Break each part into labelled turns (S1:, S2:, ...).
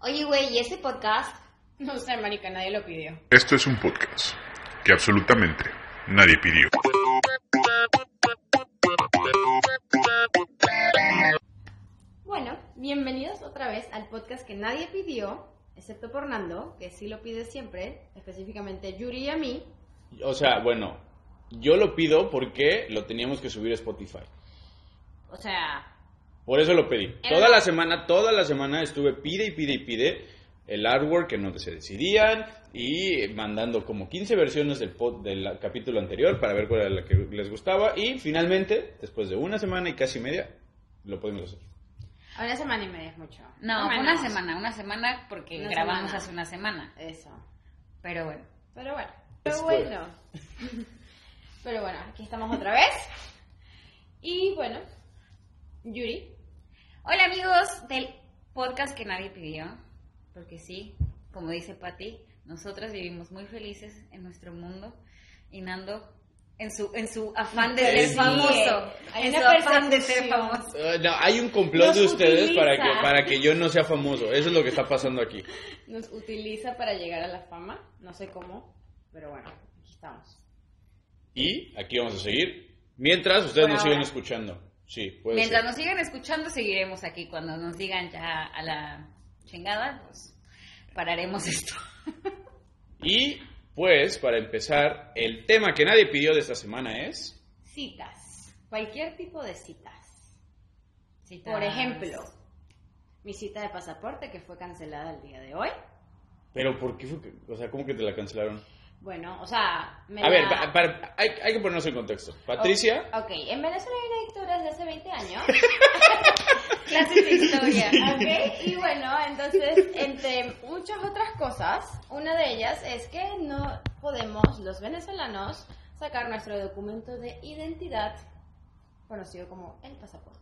S1: Oye, güey, ¿y ese podcast?
S2: No sé, marica, nadie lo pidió.
S3: Esto es un podcast que absolutamente nadie pidió.
S2: Bueno, bienvenidos otra vez al podcast que nadie pidió, excepto por Nando, que sí lo pide siempre, específicamente Yuri y a mí.
S4: O sea, bueno, yo lo pido porque lo teníamos que subir a Spotify.
S2: O sea,
S4: Por eso lo pedí. Toda la semana, toda la semana estuve pide y pide y pide el artwork que no se decidían y mandando como 15 versiones del, pod- del capítulo anterior para ver cuál era la que les gustaba y finalmente, después de una semana y casi media, lo podemos hacer.
S2: una semana y media es mucho.
S5: No,
S2: menos.
S5: una semana, una semana porque
S2: Una
S5: grabamos
S2: semana.
S5: hace una semana.
S2: Eso.
S5: Pero bueno,
S2: Pero bueno. Pero
S4: Esto.
S2: bueno. Pero bueno, aquí estamos otra vez. Y bueno, Yuri,
S5: Hola amigos del podcast que nadie pidió, porque sí, como dice Patti, nosotras vivimos muy felices en nuestro mundo y Nando en su en su afán de ser
S4: Sí.
S5: famoso,
S2: Hay
S5: en
S2: una
S5: su afán de
S2: persecución.
S5: ser famoso.
S4: Eh, no, hay un complot
S2: Nos
S4: de ustedes
S2: utiliza.
S4: para que, para que yo no sea famoso. Eso es lo que está pasando aquí.
S2: nos utiliza para llegar a la fama. No sé cómo, pero bueno, aquí estamos.
S4: Y aquí vamos a seguir. Mientras ustedes
S2: Por
S4: nos
S2: ahora.
S4: siguen escuchando. Sí, puede
S5: Mientras
S4: ser.
S5: nos sigan escuchando seguiremos aquí cuando nos digan ya a la chingada, pues pararemos esto.
S4: Y pues, para empezar, el tema que nadie pidió de esta semana es.
S2: Citas. Cualquier tipo de citas.
S5: Citas.
S2: Por ejemplo, mi cita de pasaporte que fue cancelada el día de hoy.
S4: Pero ¿por qué fue que- O sea, ¿cómo que te la cancelaron?
S2: Bueno, o sea, me
S4: A ver,
S2: la-
S4: pa- para- hay, hay que ponernos en contexto. Patricia,
S2: Ok, en Venezuela hay una dictadura desde hace 20 años.
S5: clases de historia.
S2: Ok, y bueno, entonces, entre muchas otras cosas, una de ellas es que no podemos los venezolanos sacar nuestro documento de identidad, conocido como el pasaporte.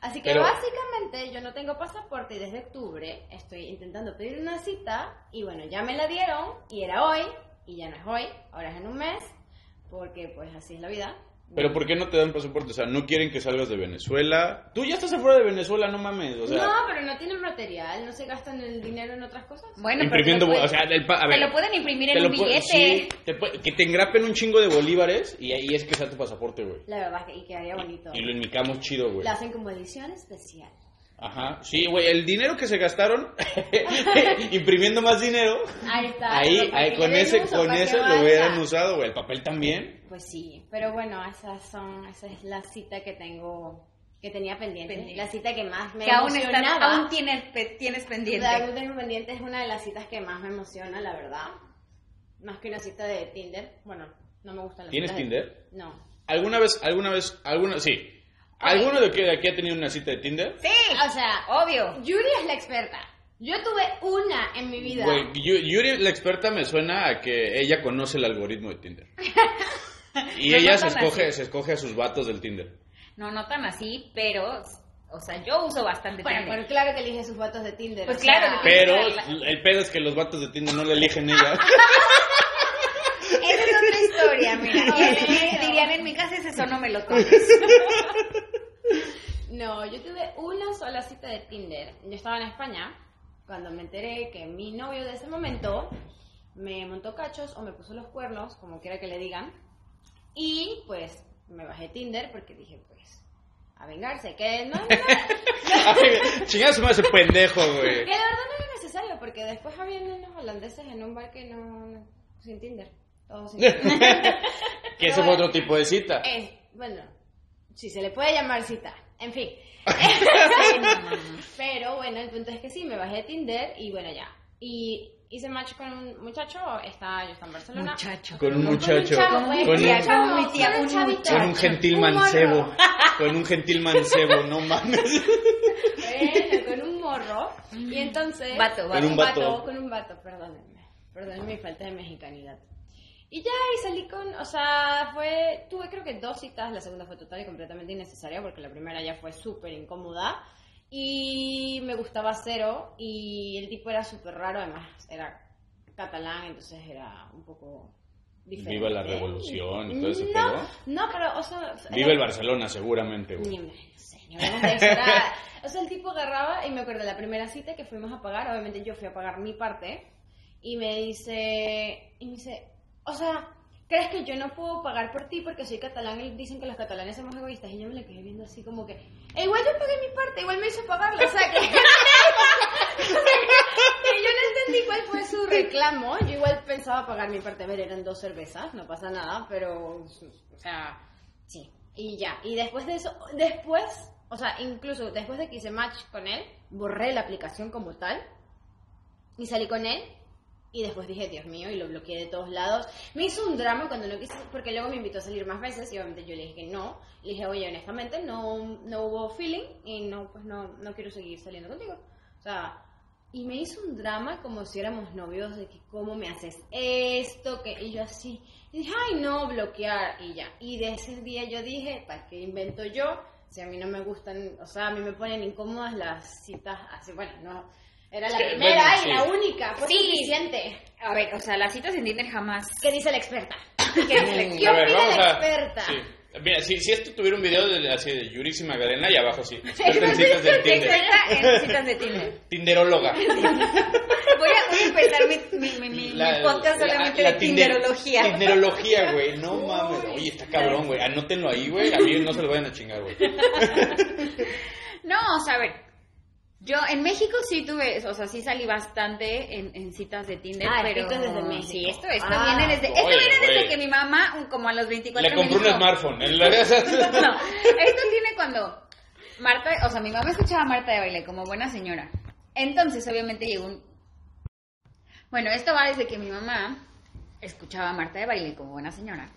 S2: Así que
S4: Pero-
S2: básicamente yo no tengo pasaporte y desde octubre estoy intentando pedir una cita y bueno, ya me la dieron y era hoy y ya no es hoy, ahora es en un mes, porque pues así es la vida.
S4: ¿pero por qué no te dan pasaporte? O sea, no quieren que salgas de Venezuela. Tú ya estás afuera de Venezuela, no mames. O sea,
S2: no, pero no tienen material, no se gastan el dinero en otras cosas.
S5: Bueno, pero
S4: imprimiendo.
S5: te lo
S4: O sea, del pa- a
S5: pueden-
S4: ver.
S5: te lo pueden imprimir
S4: te
S5: en
S4: lo
S5: un
S4: pu-
S5: billete.
S4: sí, te pu- que te engrapen un chingo de bolívares y ahí es que sea tu pasaporte, güey.
S2: La verdad que y quedaría bonito.
S4: Y lo enmicamos chido, güey.
S2: La hacen como edición especial.
S4: Ajá. Sí, güey, el dinero que se gastaron imprimiendo más dinero.
S2: Ahí está.
S4: Ahí,
S2: Pero
S4: ahí
S2: porque
S4: con
S2: le den
S4: ese,
S2: uso,
S4: con
S2: ¿para
S4: ese
S2: qué
S4: lo
S2: basta?
S4: hubieran usado, güey. El papel también.
S2: Pues sí, pero bueno, esas son, esa es la cita que tengo, que tenía pendiente.
S5: Pendiente.
S2: La cita que más me
S5: que aún, está-
S2: emocionaba.
S5: aún tienes, pe- tienes pendiente.
S2: La aún tengo pendiente es una de las citas que más me emociona, la verdad. Más que una cita de Tinder. Bueno, no me gusta la
S4: ¿Tienes Tinder?
S2: No.
S4: ¿Alguna vez, alguna vez, alguna, sí? ¿Alguno de aquí, de aquí ha tenido una cita de Tinder?
S5: Sí,
S2: O sea,
S5: obvio.
S2: Yuri es la experta. Yo tuve una en mi vida.
S4: Güey, Yu- Yuri, la experta, me suena a que ella conoce el algoritmo de Tinder. Y
S5: Me
S4: ella se
S5: matan
S4: escoge, se escoge a sus vatos del Tinder.
S5: No, no tan así, pero, o sea, yo uso bastante
S2: Bueno,
S5: Tinder.
S2: pero claro que elige sus vatos de Tinder.
S5: Pues
S2: o
S5: claro
S2: sea,
S5: que-
S4: Pero el pedo es que los vatos de Tinder no la eligen ella.
S5: Esa es otra historia, mira.
S2: Ok.
S5: Dirían en mi casa, ese eso no me lo toques.
S2: No, yo tuve una sola cita de Tinder. Yo estaba en España cuando me enteré que mi novio de ese momento me montó cachos o me puso los cuernos, como quiera que le digan. Y pues me bajé Tinder porque dije, pues, a vengarse, que no, no,
S4: Ay, Chingada su madre ese pendejo, güey.
S2: que la verdad no era necesario porque después habían unos holandeses en un bar que no, no- sin Tinder, todos sin Tinder.
S4: Que ese fue otro tipo de cita.
S2: Eh, bueno, si se le puede llamar cita, en fin. Pero bueno, el punto es que sí, me bajé de Tinder y bueno, ya. Y hice match con un muchacho, está, yo estaba en Barcelona.
S5: Muchacho.
S4: Con un
S2: No,
S4: muchacho.
S2: Con un
S5: Con mi
S2: chavo, güey,
S4: tía,
S5: con mi tía,
S2: con un
S5: un
S2: chavito.
S4: Con un gentil mancebo.
S2: morro.
S4: Con un gentil mancebo, no mames.
S2: Bueno, con un morro. Y entonces...
S5: Vato,
S4: vato. Con un vato.
S2: Con un vato, perdónenme. Perdónenme mi falta de mexicanidad. Y ya, y salí con... O sea, fue... Tuve creo que dos citas. La segunda fue total y completamente innecesaria porque la primera ya fue súper incómoda. Y me gustaba cero. Y el tipo era súper raro. Además, era catalán, entonces era un poco diferente.
S4: Viva la revolución y todo ese
S2: No,
S4: pedo.
S2: no, pero, o sea...
S4: Vive el Barcelona, seguramente, güey.
S2: Ni me sé, ni me contestaba. O sea, el tipo agarraba y me acuerdo la primera cita que fuimos a pagar, obviamente yo fui a pagar mi parte y me dice, y me dice, o sea, ¿crees que yo no puedo pagar por ti porque soy catalán y dicen que los catalanes somos egoístas? Y yo me la quedé viendo así como que, "E igual yo pagué mi parte, igual me hizo pagarlo, o sea que... que yo no entendí cuál fue su reclamo, yo igual pensaba pagar mi parte, a ver, eran dos cervezas, no pasa nada, pero, o sea, Sí, y ya. Y después de eso, después, o sea, incluso después de que hice match con él, borré la aplicación como tal y salí con él. Y después dije, Dios mío, y lo bloqueé de todos lados. Me hizo un drama cuando no quise, porque luego me invitó a salir más veces y obviamente yo le dije que no. Le dije, oye, honestamente, no, no hubo feeling y no, pues no, no quiero seguir saliendo contigo. O sea, y me hizo un drama como si éramos novios, de que cómo me haces esto, que y yo así. Y dije, ay no, bloquear, y ya. Y de ese día yo dije, ¿para qué invento yo? Si a mí no me gustan, o sea, a mí me ponen incómodas las citas así, bueno, no. Era la
S4: Sí,
S2: primera
S4: bueno,
S2: y
S4: sí.
S2: la única, fue
S5: Sí.
S2: suficiente.
S5: A ver, o sea, las citas en Tinder jamás.
S2: ¿Qué dice la experta?
S5: ¿Qué
S2: ¿Qué
S4: Mm,
S5: dices?
S2: opina la experta?
S4: sí. Mira, si, si esto tuviera un video de, así de Yuris y Magdalena, y abajo sí. experta en citas del Tinder.
S5: Experta en citas de Tinder.
S4: Tinderóloga.
S5: Voy a, voy a empezar mi, mi, mi- mi- mi podcast solamente
S4: la tinder-
S5: de tinderología.
S4: Tinderología, güey. No mames. Oye, está cabrón, güey. Anótenlo ahí, güey. A mí no se lo vayan a chingar, güey.
S5: No, o sea, a ver. Yo en México sí tuve, o sea, sí salí bastante en, en citas de Tinder,
S2: Ah,
S5: pero
S2: esto es desde México.
S5: sí, esto, esto
S2: Ah.
S5: viene desde, esto
S4: Oye,
S5: viene desde
S4: güey.
S5: que mi mamá, un- como a los 24
S4: Le
S5: me
S4: compré un
S5: dijo-
S4: smartphone. En la-
S5: No, esto tiene cuando Marta, o sea, mi mamá escuchaba a Marta de baile como buena señora. Entonces, obviamente llegó un Bueno, esto va desde que mi mamá escuchaba a Marta de baile como buena señora.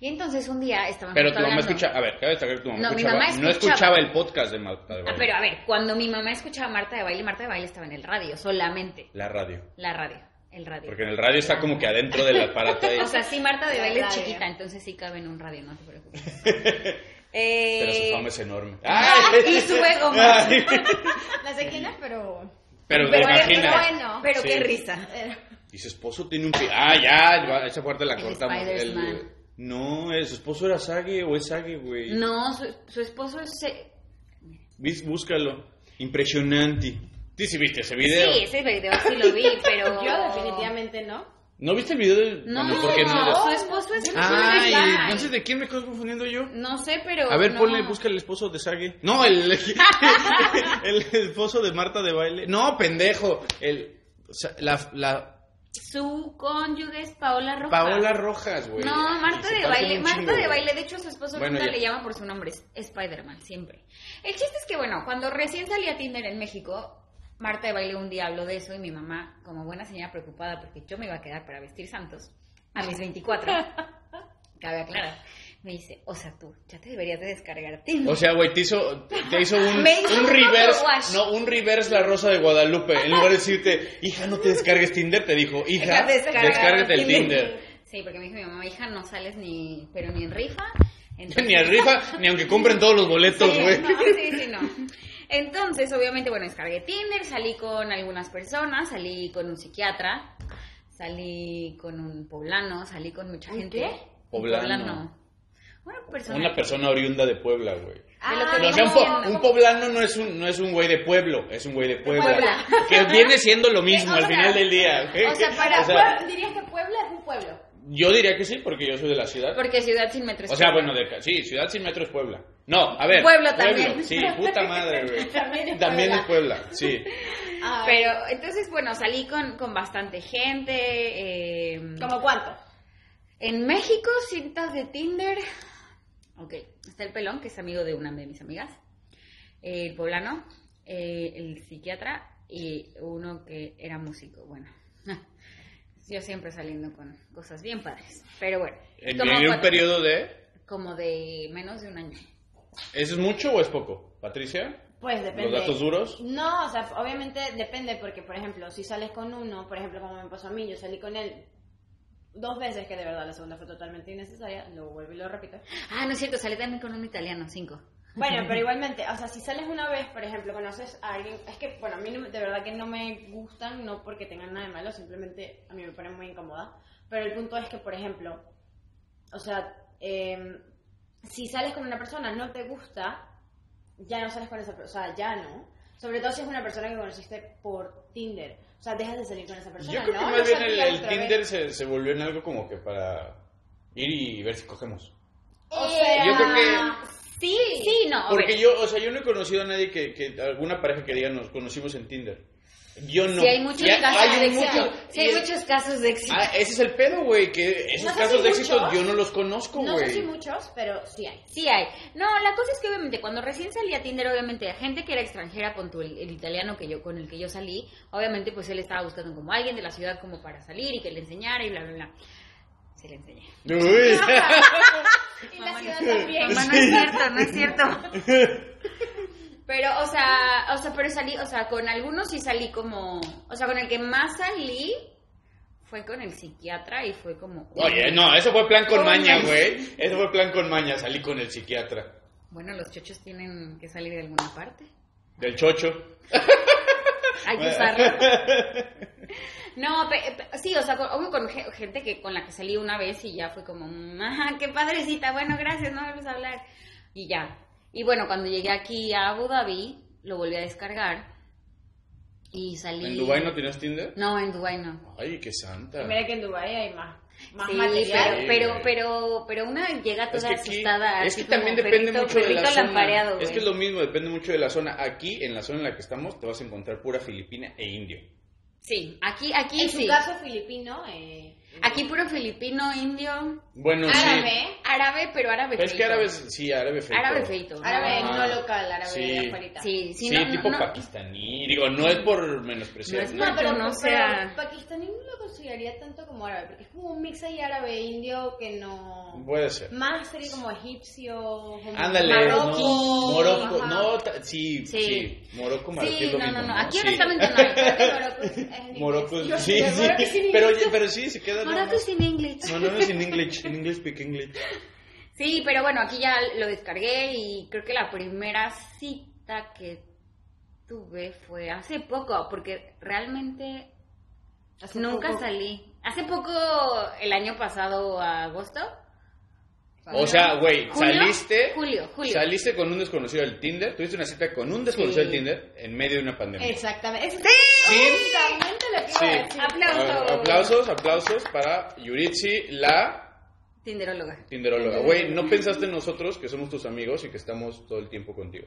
S5: Y entonces un día estaban
S4: Pero
S5: justo
S4: tu mamá
S5: hablando-
S4: escucha. A ver, cabe destacar que tu mamá,
S5: No, mi
S4: escuchaba,
S5: mamá
S4: No
S5: escuchaba.
S4: escuchaba el podcast de Marta de
S5: Ah,
S4: Baile.
S5: pero a ver, cuando mi mamá escuchaba a Marta de baile, Marta de baile estaba en el radio solamente,
S4: La radio.
S5: la radio, el radio.
S4: Porque en el radio está como que adentro del aparato. ahí.
S5: O sea, sí, Marta de
S2: La
S5: baile es
S2: radio.
S5: chiquita, entonces sí cabe en un radio, no te preocupes.
S4: pero su fama
S5: eh,
S4: es enorme.
S5: y su ego más.
S4: Ay.
S2: Las esquinas, pero...
S4: Pero te
S5: Pero es
S4: imaginas.
S2: bueno.
S5: Pero
S4: Sí.
S5: qué risa.
S2: eh,
S4: Y su esposo tiene un pi- Ah, ya, va- esa parte la
S5: El
S4: cortamos.
S5: Spider-Man.
S4: No, eh, su esposo era Sage o es Sage, güey.
S5: No, su, su esposo es... se-
S4: Vis- Búscalo. Impresionante. Sí, sí viste ese video.
S5: Sí, ese video sí lo vi, pero...
S2: Yo definitivamente no.
S4: ¿No viste el video del.?
S5: No,
S4: Bueno, porque
S5: su esposo es...
S4: Ay,
S5: no,
S4: entonces ¿de quién me estoy confundiendo yo?
S5: sé, pero...
S4: A ver,
S5: no.
S4: ponle, busca el esposo de Sage. No, el, el esposo de Marta de baile. No, pendejo. El, o sea, la, la
S5: Su cónyuge es Paola Rojas.
S4: Paola Rojas, güey.
S5: No, Marta
S4: Se
S5: de
S4: parecen
S5: baile,
S4: un
S5: Marta
S4: chingo,
S5: de
S4: güey.
S5: baile, de hecho su esposo
S4: Bueno,
S5: nunca
S4: ya.
S5: le llama por su nombre, es Spider-Man, siempre. El chiste es que, bueno, cuando recién salí a Tinder en México, Marta de baile un día habló de eso y mi mamá, como buena señora preocupada porque yo me iba a quedar para vestir santos, a mis 24, cabe aclarar, me dice, o sea, tú ya te deberías de descargar Tinder.
S4: O sea, güey, te hizo, te hizo un,
S5: Me hizo
S4: un
S5: un
S4: reverse,
S5: autowash.
S4: no, un reverse la rosa de Guadalupe. En lugar de decirte, hija, no te descargues Tinder, te dijo, hija,
S5: Deja descargar
S4: descárgate el Tinder.
S5: Sí, porque me dijo mi mamá, hija, no sales ni, pero ni en rifa. entonces-
S4: Ni a rifa, ni aunque compren todos los boletos,
S5: Sí,
S4: güey.
S5: no, sí, sí, no. Entonces, obviamente, bueno, descargué Tinder, salí con algunas personas, salí con un psiquiatra, salí con un poblano, salí con mucha
S2: ¿Un
S5: gente.
S2: qué?
S5: Un
S4: Poblano.
S5: Una persona.
S4: Una persona oriunda de Puebla, güey.
S5: de lo
S2: Ah,
S5: que
S4: No, o
S5: viene
S4: sea, un, po-
S5: siendo-
S4: un poblano no es un, no es un güey de pueblo, es un güey de Puebla.
S5: Puebla.
S4: Que viene siendo lo mismo
S5: O
S4: al
S5: sea,
S4: final del día. güey.
S5: o sea, para-
S4: O sea,
S2: Pue- ¿Dirías que Puebla es un pueblo?
S4: yo diría que sí, porque yo soy de la ciudad.
S5: Porque ciudad sin metro es
S4: O sea,
S5: Puebla.
S4: bueno, de, ca- sí, ciudad sin metro es Puebla. No, a ver.
S5: Pueblo también.
S4: Sí, puta madre, güey.
S2: También es
S4: También
S2: Puebla.
S4: es Puebla, sí.
S2: Ah,
S5: Pero, entonces, bueno, salí con, con bastante gente. eh,
S2: ¿Como cuánto?
S5: En México, cintas de Tinder. Ok, está el pelón, que es amigo de una de mis amigas. eh, El poblano, eh, el psiquiatra y uno que era músico. Bueno, yo siempre saliendo con cosas bien padres. Pero bueno,
S4: En
S5: como
S4: en un
S5: cuatro-
S4: periodo de...
S5: como de menos de un año.
S4: ¿Eso es mucho o es poco? Patricia.
S2: Pues depende.
S4: ¿Los datos duros?
S2: No, o sea, obviamente depende porque, por ejemplo, si sales con uno, por ejemplo, como me pasó a mí, yo salí con él dos veces, que de verdad la segunda fue totalmente innecesaria, lo vuelvo y lo repito.
S5: Ah, no es cierto, salí también con un italiano, cinco.
S2: Bueno, pero igualmente, o sea, si sales una vez, por ejemplo, conoces a alguien, es que, bueno, a mí no me- de verdad que no me gustan, no porque tengan nada de malo, simplemente a mí me ponen muy incómoda, pero el punto es que, por ejemplo, O sea, eh, si sales con una persona, no te gusta, ya no sales con esa persona, o sea, ya no. Sobre todo si es una persona que conociste por Tinder. O sea, dejas de salir con esa persona.
S4: Yo creo que
S2: ¿no?
S4: más
S2: No
S4: bien el,
S2: saldrías
S4: el
S2: otra vez.
S4: Tinder se, se volvió en algo como que para ir y ver si cogemos.
S2: O sea,
S4: Yo creo que-
S5: Sí, sí,
S2: Ah,
S5: no.
S4: Porque yo, o sea, yo no he conocido a nadie que, que alguna pareja que diga nos conocimos en Tinder. Yo no.
S5: Si hay muchos
S4: Y hay-
S5: casos
S4: hay
S5: de
S4: mucho-
S5: éxito. Sí, hay
S4: y-
S5: muchos casos de éxito.
S4: Ah, ese es el pedo, güey, que esos
S2: No sé si
S4: casos de éxito
S2: muchos.
S4: yo no los conozco,
S2: No
S4: güey.
S2: sé si muchos, pero sí hay.
S5: Sí hay. No, la cosa es que obviamente cuando recién salí a Tinder, obviamente gente que era extranjera, con el, el italiano que yo con el que yo salí, obviamente pues él estaba buscando como alguien de la ciudad como para salir y que le enseñara y bla bla bla. Se le enseñé.
S4: Uy.
S2: Y
S5: Mamá,
S2: la
S5: no-
S2: ciudad también.
S5: Mamá, no es cierto, no es cierto. Pero, o sea, o sea, pero salí, o sea, con algunos sí salí como, o sea, con el que más salí fue con el psiquiatra y fue como,
S4: Oye, no, eso fue plan con
S5: Con
S4: maña,
S5: maña.
S4: güey. Eso fue plan con maña, salí con el psiquiatra.
S5: bueno, los chochos tienen que salir de alguna parte.
S4: Del chocho.
S5: Hay que usarlo. No, pe- pe- sí, o sea, con, hubo con ge- gente que con la que salí una vez y ya fue como, "Mm, ajá, qué padrecita, bueno, gracias, no vamos a hablar. Y ya. Y bueno, cuando llegué aquí a Abu Dhabi, lo volví a descargar y salí.
S4: ¿En Dubai no tenías Tinder?
S5: No, en Dubai no.
S4: Ay, qué santa.
S2: Y Mira que en Dubai hay más, más
S5: Sí,
S2: material.
S5: pero, pero, pero, pero una llega toda
S4: aquí-
S5: asustada.
S4: es que
S5: así como
S4: también depende
S5: perrito-
S4: mucho de la
S5: perrito lampareado,
S4: zona. Es
S5: güey.
S4: que es lo mismo, depende mucho de la zona. Aquí, en la zona en la que estamos, te vas a encontrar pura filipina e indio.
S5: Sí, aquí, aquí
S2: En su
S5: sí.
S2: caso filipino, eh,
S5: Aquí puro filipino, indio,
S4: Bueno, sí.
S2: árabe,
S5: árabe, pero árabe
S4: Es que
S5: feito.
S4: árabe, es- sí, árabe feito.
S5: Árabe feito.
S2: árabe
S4: Ah,
S2: no local, árabe
S4: sí.
S2: de afuerita.
S5: Sí, sí,
S4: Sí,
S5: no, no,
S4: tipo
S5: no.
S4: pakistaní. Digo, no es por menospreciar.
S5: No es
S2: No, pero,
S5: no
S2: no
S5: sea-
S2: pakistaní no lo consideraría tanto como árabe, porque es como un mix ahí árabe-indio que no...
S4: Puede ser.
S2: Más sería como egipcio, como
S4: Ándale, no,
S2: marroquí.
S4: Morocco,
S2: ajá.
S4: no, ta- sí, sí,
S5: Sí.
S4: Morocco, Marroquí
S5: Sí,
S4: es lo
S5: no,
S4: mismo,
S5: no, no. Aquí
S4: Sí.
S5: honestamente
S2: Morocco es
S5: no.
S2: en
S4: Morocco,
S2: inglés.
S4: sí,
S2: Yo-
S4: sí,
S2: Morocco es en inglés.
S4: pero, oye, pero sí, se queda
S5: Morocco
S4: nomás.
S5: es in English.
S4: No, no, no es en English, en English speak English.
S5: Sí, pero bueno, aquí ya lo descargué y creo que la primera cita que tuve fue hace poco, porque realmente
S2: Hace
S5: nunca
S2: poco.
S5: salí. Hace poco, el año pasado, a agosto.
S4: O sea, güey,
S5: ¿Junio?
S4: saliste,
S5: Julio, julio.
S4: saliste con un desconocido del Tinder, tuviste una cita con un desconocido
S5: Sí.
S4: del Tinder en medio de una pandemia.
S2: Exactamente. Eso es
S4: Sí.
S2: exactamente lo que
S4: Sí.
S2: iba a decir.
S5: Aplausos.
S4: A ver, aplausos, aplausos para Yuritsi, la
S5: Tinderóloga.
S4: tinderóloga. Güey, no pensaste en nosotros que somos tus amigos y que estamos todo el tiempo contigo.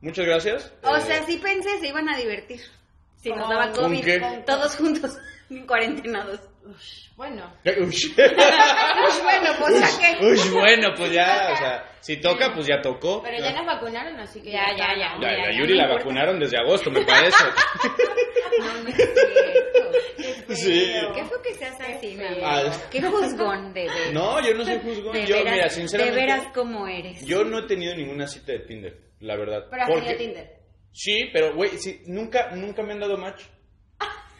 S4: Muchas gracias.
S5: O
S4: Eh,
S5: sea, sí pensé, se iban a divertir. Si nos
S2: Con-
S5: daba
S4: ¿Con
S5: COVID,
S4: qué?
S5: todos juntos, cuarentenados.
S2: Bueno.
S4: Ush.
S5: Pues bueno, pues ¿a qué?
S4: Uy, bueno, pues ya, o sea, si toca, pues ya tocó.
S2: Pero ya nos vacunaron, así que
S5: Ya, ya, ya.
S4: La, la
S5: ya,
S4: Yuri
S5: no
S4: la
S5: importa.
S4: vacunaron desde agosto, me parece.
S5: No, no es cierto.
S4: Sí.
S5: ¿Qué fue que seas así, mi
S2: feo.
S5: amor?
S4: Ah.
S5: Qué juzgón, de veras.
S4: No, yo no soy juzgón.
S5: de
S4: Yo,
S5: veras,
S4: mira, sinceramente,
S5: De veras como eres.
S4: yo no he tenido ninguna cita de Tinder, la verdad.
S2: Pero has
S4: Porque-
S2: tenido Tinder.
S4: Sí, pero güey, sí, nunca, nunca me han dado match.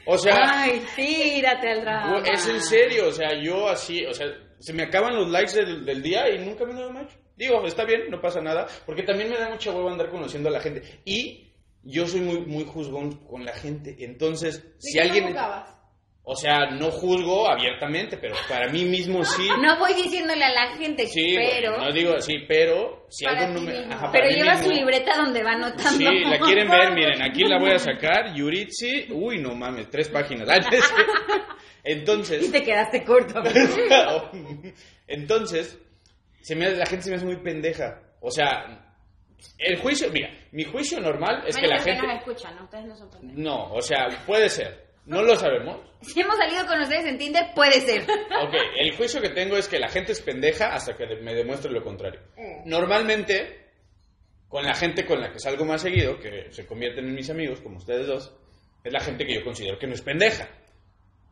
S4: O sea,
S5: Ay, tírate al drama.
S4: güey, es en serio, o sea, yo así, o sea, se me acaban los likes del, del día y nunca me han dado match. Digo, está bien, no pasa nada, porque también me da mucha hueva andar conociendo a la gente. Y yo soy muy, muy juzgón con la gente, entonces, si
S2: ¿De qué
S4: alguien...
S2: jugabas?
S4: O sea, no juzgo abiertamente, pero para mí mismo sí.
S5: No voy diciéndole a la gente,
S4: sí, güey,
S5: pero.
S4: no digo así, pero si
S2: Para
S4: algo no
S2: ti
S4: me...
S2: mismo.
S4: ajá, para
S5: pero
S4: mí
S5: lleva su
S4: mismo.
S5: libreta donde va anotando.
S4: Sí, la quieren ver, miren, aquí la voy a sacar, Yuritsi, uy, no mames, tres páginas. Ah, no es cierto.
S5: Y
S4: Entonces,
S5: te quedaste corto.
S4: entonces, se me, hace- la gente se me hace muy pendeja. O sea, el juicio, mira, mi juicio normal es que
S2: Bueno,
S4: la
S2: ustedes nos
S4: gente...
S2: escuchan, ¿no? Ustedes no son pendejos.
S4: No, o sea, puede ser, no lo sabemos.
S5: Si hemos salido con ustedes en Tinder, puede ser.
S4: Ok, el juicio que tengo es que la gente es pendeja hasta que me demuestre lo contrario.
S2: Eh.
S4: Normalmente, con la gente con la que salgo más seguido, que se convierten en mis amigos, como ustedes dos, es la gente que yo considero que no es pendeja.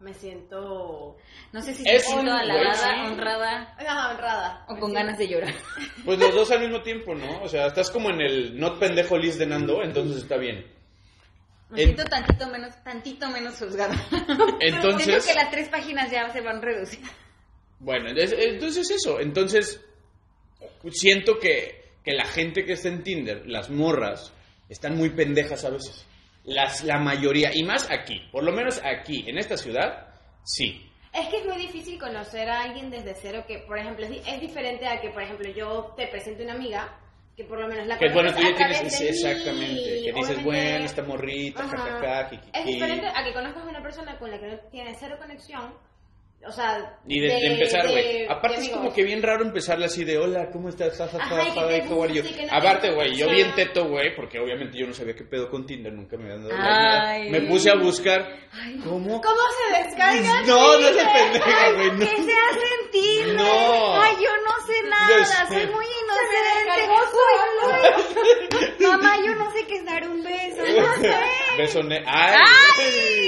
S2: Me siento...
S5: No sé si
S4: Es
S5: me siento
S4: un
S5: halagada,
S4: güey, sí.
S5: honrada
S2: Ah, honrada.
S5: o con ganas de llorar.
S4: Pues los dos al mismo tiempo, ¿no? O sea, estás como en el not pendejo list de Nando, entonces está bien.
S5: Me
S4: Eh,
S5: siento tantito menos, tantito menos juzgada.
S4: Entonces-
S5: Siento que las tres páginas ya se van reduciendo.
S4: Bueno, es- entonces eso, entonces siento que, que la gente que está en Tinder, las morras, están muy pendejas a veces. Las, la mayoría, y más aquí, por lo menos aquí, en esta ciudad, sí.
S2: Es que es muy difícil conocer a alguien desde cero que, por ejemplo, es, di- es diferente a que, por ejemplo, yo te presente una amiga que por lo menos la
S4: Que bueno, tú
S2: conoces Ah,
S4: ya
S2: a
S4: tienes
S2: través
S4: ese-
S2: de mí,
S4: exactamente. Que dices,
S2: obviamente-
S4: bueno, esta morrita,
S2: Ajá.
S4: jajaja,
S2: Es
S4: jijiji.
S2: diferente a que conozcas a una persona con la que no tienes cero conexión. O sea,
S4: Y de, de empezar, güey.
S2: de-
S4: Aparte
S2: de
S4: es
S2: amigos.
S4: como que bien raro empezarle así de, hola, ¿cómo estás? Ja, ja, ja,
S2: Ajá, y que
S4: ja,
S2: te
S4: ja, how are you?"
S2: guste, que no te
S4: Aparte, güey, yo
S2: guste.
S4: bien teto, güey, porque obviamente yo no sabía qué pedo con Tinder, nunca me habían dado la
S5: Ay.
S4: idea. Me puse a buscar, ¿cómo?
S2: ¿Cómo se descarga?
S4: No, no se
S2: Tinder?
S4: pendeja,
S2: Ay,
S4: güey, no.
S5: ¿Qué se hacen Tinder?
S4: No.
S5: Ay, yo no sé nada,
S4: Yo sé.
S5: soy muy inocente.
S2: descargó
S5: Uy, uy. Mamá, yo no sé qué es dar un beso, no sé.
S4: Beso ne- ¡Ay!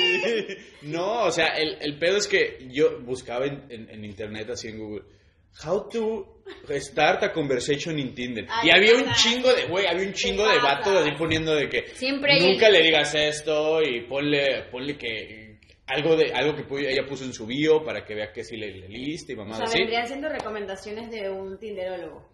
S4: No, o sea, el, el pedo es que yo buscaba en, en- en internet, así en Google, How to start a conversation in Tinder.
S5: Ah,
S2: Ay,
S4: y había
S2: qué
S4: un
S2: pasa.
S4: chingo de, güey, había un chingo de
S2: pasa.
S4: vatos así poniendo de que
S5: Siempre hay
S4: nunca
S5: el-
S4: le digas esto y ponle, ponle que algo de algo que pu- ella puso en su bio para que vea que sí le, le leíste y
S2: O
S4: mamá
S2: sea,
S4: así.
S2: vendrían siendo recomendaciones de un tinderólogo.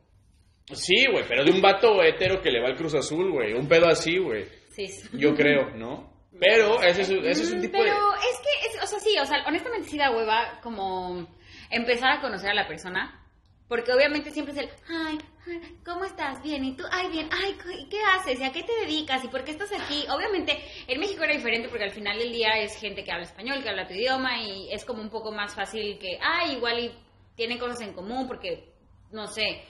S4: Sí, güey, pero de un vato hetero que le va al Cruz Azul, güey. Un pedo así, güey.
S5: Sí, sí.
S4: Yo creo, ¿no? Pero ese es, ese es un
S5: Mm,
S4: tipo de...
S5: Pero es que, es- o sea, sí, o sea, honestamente sí da hueva como empezar a conocer a la persona. Porque obviamente siempre es el, ay, ay, ¿cómo estás? Bien, ¿y tú? Ay, bien, ay, cu- ¿y ¿qué haces? ¿Y a qué te dedicas? ¿Y por qué estás aquí? Obviamente en México era diferente porque al final del día es gente que habla español, que habla tu idioma y es como un poco más fácil que, ay, igual y tienen cosas en común porque, no sé,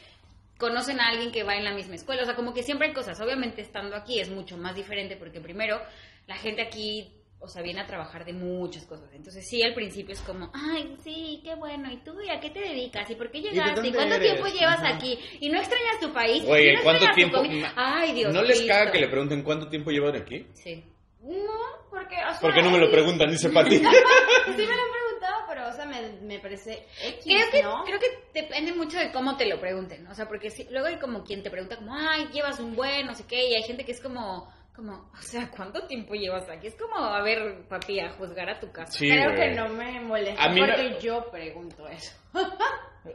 S5: conocen a alguien que va en la misma escuela, o sea, como que siempre hay cosas. Obviamente estando aquí es mucho más diferente porque primero la gente aquí, o sea, viene a trabajar de muchas cosas. Entonces sí, al principio es como, ay, sí, qué bueno, ¿y tú? ¿Y a qué te dedicas? ¿Y por qué
S4: de
S5: llegaste? ¿Y
S4: dónde
S5: cuánto
S4: eres?
S5: tiempo llevas
S4: Ajá.
S5: aquí? ¿Y no extrañas tu país? ¿Y
S4: Oye,
S5: no
S4: ¿cuánto
S5: extrañas tu
S4: tiempo?
S5: comida? Ay, Dios
S4: ¿No les
S5: Cristo.
S4: caga que le pregunten cuánto tiempo llevan aquí?
S5: Sí.
S2: No, porque... O sea,
S4: ¿Por qué no me lo
S2: sí-
S4: preguntan? Dice Pati.
S2: Sí me lo han preguntado, pero, o sea, me, me parece X,
S5: Creo que,
S2: ¿no?
S5: creo que depende mucho de cómo te lo pregunten. O sea, porque si- luego hay como quien te pregunta como, ay, llevas un buen, no sé qué, y hay gente que es como, como, o sea, ¿cuánto tiempo llevas aquí? Es como, a ver, papi, a juzgar a tu casa.
S4: Sí,
S2: Creo
S4: güey.
S2: que no me molesta
S4: A mí me-
S2: porque yo pregunto eso.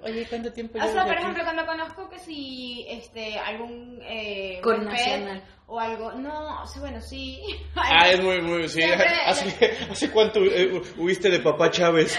S4: Oye, ¿cuánto tiempo
S2: O
S4: llevas
S2: sea, por
S4: aquí?
S2: ejemplo, cuando conozco que si este, algún eh,
S5: Con
S2: huésped
S5: nacional.
S2: o algo, no, o sea, bueno, sí.
S4: Ah, es muy, muy, sí.
S2: Siempre-
S4: ¿Hace, hace cuánto eh, hu- huiste de papá Chávez?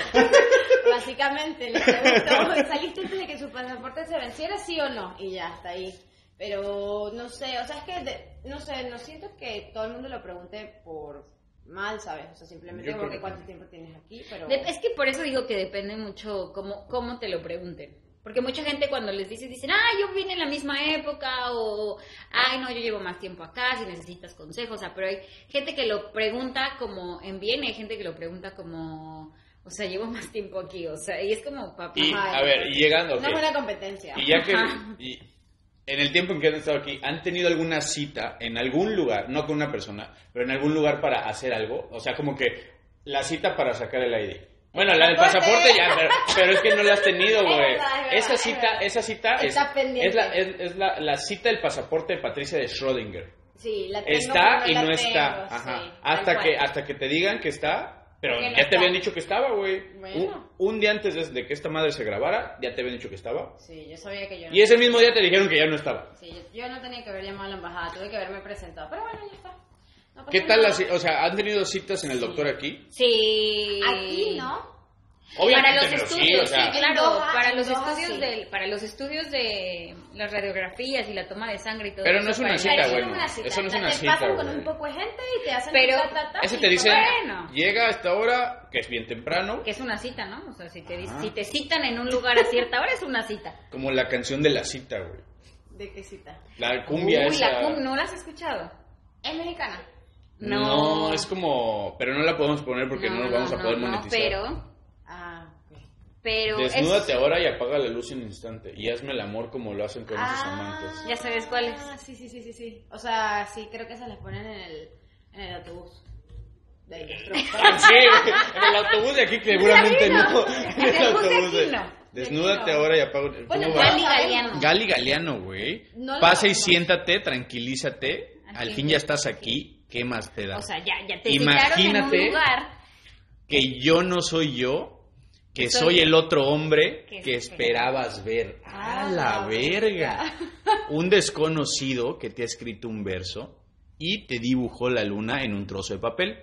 S2: Básicamente, le pregunto, ¿saliste antes de que su pasaporte se venciera, sí o no? Y ya, hasta ahí. Pero, no sé, o sea, es que, de- no sé, no siento que todo el mundo lo pregunte por mal, ¿sabes? O sea, simplemente
S4: Yo creo
S2: porque
S4: que
S2: cuánto tiempo tienes aquí, pero...
S5: De- es que por eso digo que depende mucho cómo, cómo te lo pregunten. Porque mucha gente cuando les dices, dicen, ah, yo vine en la misma época, o, ay, no, yo llevo más tiempo acá, si necesitas consejos, o sea, pero hay gente que lo pregunta como en bien, y hay gente que lo pregunta como, o sea, llevo más tiempo aquí, o sea, y es como,
S4: Y,
S5: papá,
S2: Ajá,
S4: a ver, y llegando, ok.
S2: No es una competencia.
S4: Y ya que...
S5: Ajá.
S4: y en el tiempo en que han estado aquí, ¿han tenido alguna cita en algún lugar, no con una persona, pero en algún lugar para hacer algo? O sea, como que la cita para sacar el ID. Bueno, la del pasaporte
S2: Pasaporte.
S4: ya, pero, pero es que no la has tenido,
S2: Es
S4: güey.
S2: verdad, es verdad,
S4: Esa
S2: es
S4: cita,
S2: verdad.
S4: esa cita es,
S2: Está pendiente.
S4: es, la, es- es la- la cita del pasaporte de Patricia de Schrödinger.
S2: Sí, la tengo,
S4: Está
S2: pero
S4: y
S2: la
S4: no
S2: tengo,
S4: está.
S2: sí,
S4: Ajá.
S2: tal
S4: hasta, que,
S2: cual.
S4: hasta que te digan que está, pero
S2: Que no
S4: ya te
S2: está.
S4: habían dicho que estaba, güey.
S2: Bueno.
S4: Un, un día antes de, de que esta madre se grabara, ya te habían dicho que estaba.
S2: Sí, yo sabía que yo no...
S4: Y ese mismo día te dijeron que ya no estaba.
S2: Sí, yo, yo no tenía que haber llamado a la embajada, tuve que haberme presentado, pero bueno, ya está. No pasa
S4: ¿Qué tal
S2: nada.
S4: las, o sea, han tenido citas en el doctor aquí?
S5: sí.
S2: Aquí, ¿no?
S4: Obviamente,
S5: para los
S4: pero
S5: estudios,
S4: sí, o sea,
S5: sí, claro,
S2: Doha,
S5: para
S2: en
S5: los
S2: Doha,
S5: estudios
S2: sí.
S5: del, para los estudios de las radiografías y la toma de sangre y todo
S4: Pero
S5: eso,
S4: no es una
S5: para-
S4: cita,
S2: Pero
S4: güey.
S2: eso no es una cita.
S4: Eso no es una
S2: te
S4: cita,
S2: pasan con
S4: güey.
S2: un poco de gente y te hacen
S5: Pero
S4: ese te dice,
S5: Bueno.
S4: llega a esta hora, que es bien temprano,
S5: que es una cita, ¿no? O sea, si te,
S4: Ajá.
S5: si te citan en un lugar a cierta hora, es una cita.
S4: como la canción de la cita, güey.
S2: ¿De qué cita?
S4: La cumbia
S5: Uy,
S4: esa.
S5: la cum, ¿no la has escuchado?
S2: ¿Es mexicana?
S4: No. es como, pero no la podemos poner porque no, nos vamos a
S5: no,
S4: poder
S5: no,
S4: monetizar.
S5: pero,
S2: Ah, ok.
S5: pero es-
S4: Desnúdate ahora y apaga la luz en un instante y hazme el amor como lo hacen con esos
S2: Ah,
S4: amantes.
S5: Ya sabes cuál es.
S2: Ah, sí, sí, sí, sí, sí. O sea, sí, creo que se las ponen en el, en el autobús. De ahí, nuestro-
S4: Sí, en el autobús de aquí que seguramente no. En el
S5: autobús de
S4: autobús
S5: aquí
S4: de.
S5: no.
S4: Desnúdate
S2: De aquí no.
S4: ahora y apaga.
S2: Bueno,
S4: ¿cómo va?
S5: Gali Galeano.
S4: Gali Galeano, güey.
S2: No lo
S4: Pasa y
S2: conozco.
S4: siéntate, tranquilízate.
S5: Al
S4: Al
S5: fin
S4: fin
S5: ya
S4: ya estás aquí. ¿Qué más te da?
S5: o sea, ya, ya te citaron en
S4: Imagínate.
S5: un lugar.
S4: que yo no soy yo, que
S5: Soy-
S4: soy el otro hombre
S5: Que
S4: que esperabas ver. ¡A
S2: Ah,
S4: la
S2: la
S4: verga! Un desconocido que te ha escrito un verso y te dibujó la luna en un trozo de papel.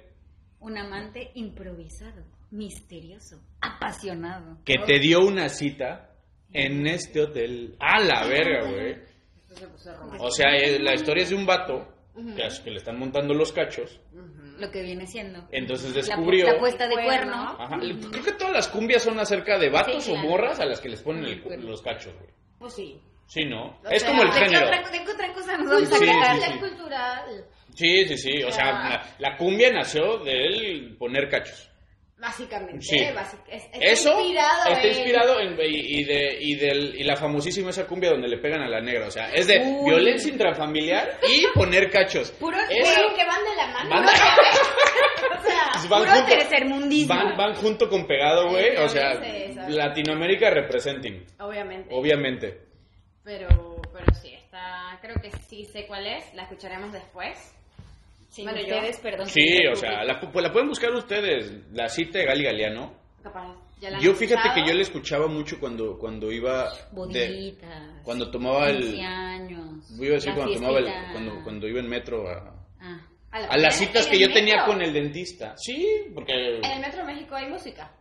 S5: Un amante improvisado, misterioso, apasionado.
S4: Que te dio una cita en este hotel. A la verga, güey.
S2: Esto se puso romántico.
S4: O sea, eh, la historia es de un vato que, a- que le están montando los cachos.
S5: Lo que viene siendo.
S4: Entonces
S5: La pu-
S4: descubrió.
S5: La, puesta de cuerno.
S2: Cuerno.
S4: Ajá. Creo que todas las cumbias son acerca de vatos
S5: Sí, claro.
S4: o morras a las que les ponen el cu- los cachos, güey.
S2: Pues sí.
S4: Sí, ¿no?
S2: O
S4: es
S2: sea,
S4: como el
S5: ¿De qué,
S4: género.
S5: otra, de qué otra cosa nos vamos a
S4: Sí,
S5: quejar?
S4: sí,
S1: La
S4: sí.
S1: cultural.
S4: Sí, sí, sí. O sea,
S2: Ah.
S4: la, la cumbia nació del poner cachos.
S2: Básicamente.
S4: Sí.
S2: ¿eh? Básic- es- está
S4: Eso
S2: inspirado
S4: está
S2: en-
S4: inspirado en, y, y de, y, del, y la famosísima esa cumbia donde le pegan a la negra. O sea, es de violencia intrafamiliar y poner cachos.
S2: Puro
S4: Esa-
S2: puro que van de la mano.
S4: Van-
S2: ¿no? o sea,
S4: pues van
S5: Puro
S4: junto-
S5: tercermundismo.
S4: Van, van junto con pegado, güey. O sea,
S2: Sí, sí, sí.
S4: Latinoamérica representing,
S2: obviamente.
S4: obviamente.
S2: Pero, pero sí, está. Creo que sí sé cuál es. La escucharemos después.
S5: Sí,
S2: Bueno, yo-
S5: ustedes, perdón.
S4: Sí, o sea, la, pu- pues, la pueden buscar ustedes, la cita de Gali Galeano.
S2: Capaz. Ya la han
S4: Yo fíjate
S2: escuchado.
S4: que yo la escuchaba mucho cuando, cuando iba... De,
S5: Boditas.
S4: cuando tomaba el...
S5: 15 años.
S4: Voy a decir
S5: la
S4: cuando tomaba el,
S5: fiestita.
S4: cuando, cuando iba en metro a,
S5: Ah.
S4: a las
S2: ¿En-
S4: citas
S2: en
S4: que
S2: el
S4: yo tenía
S2: metro?
S4: con el dentista. Sí, porque...
S2: En el Metro de México hay música.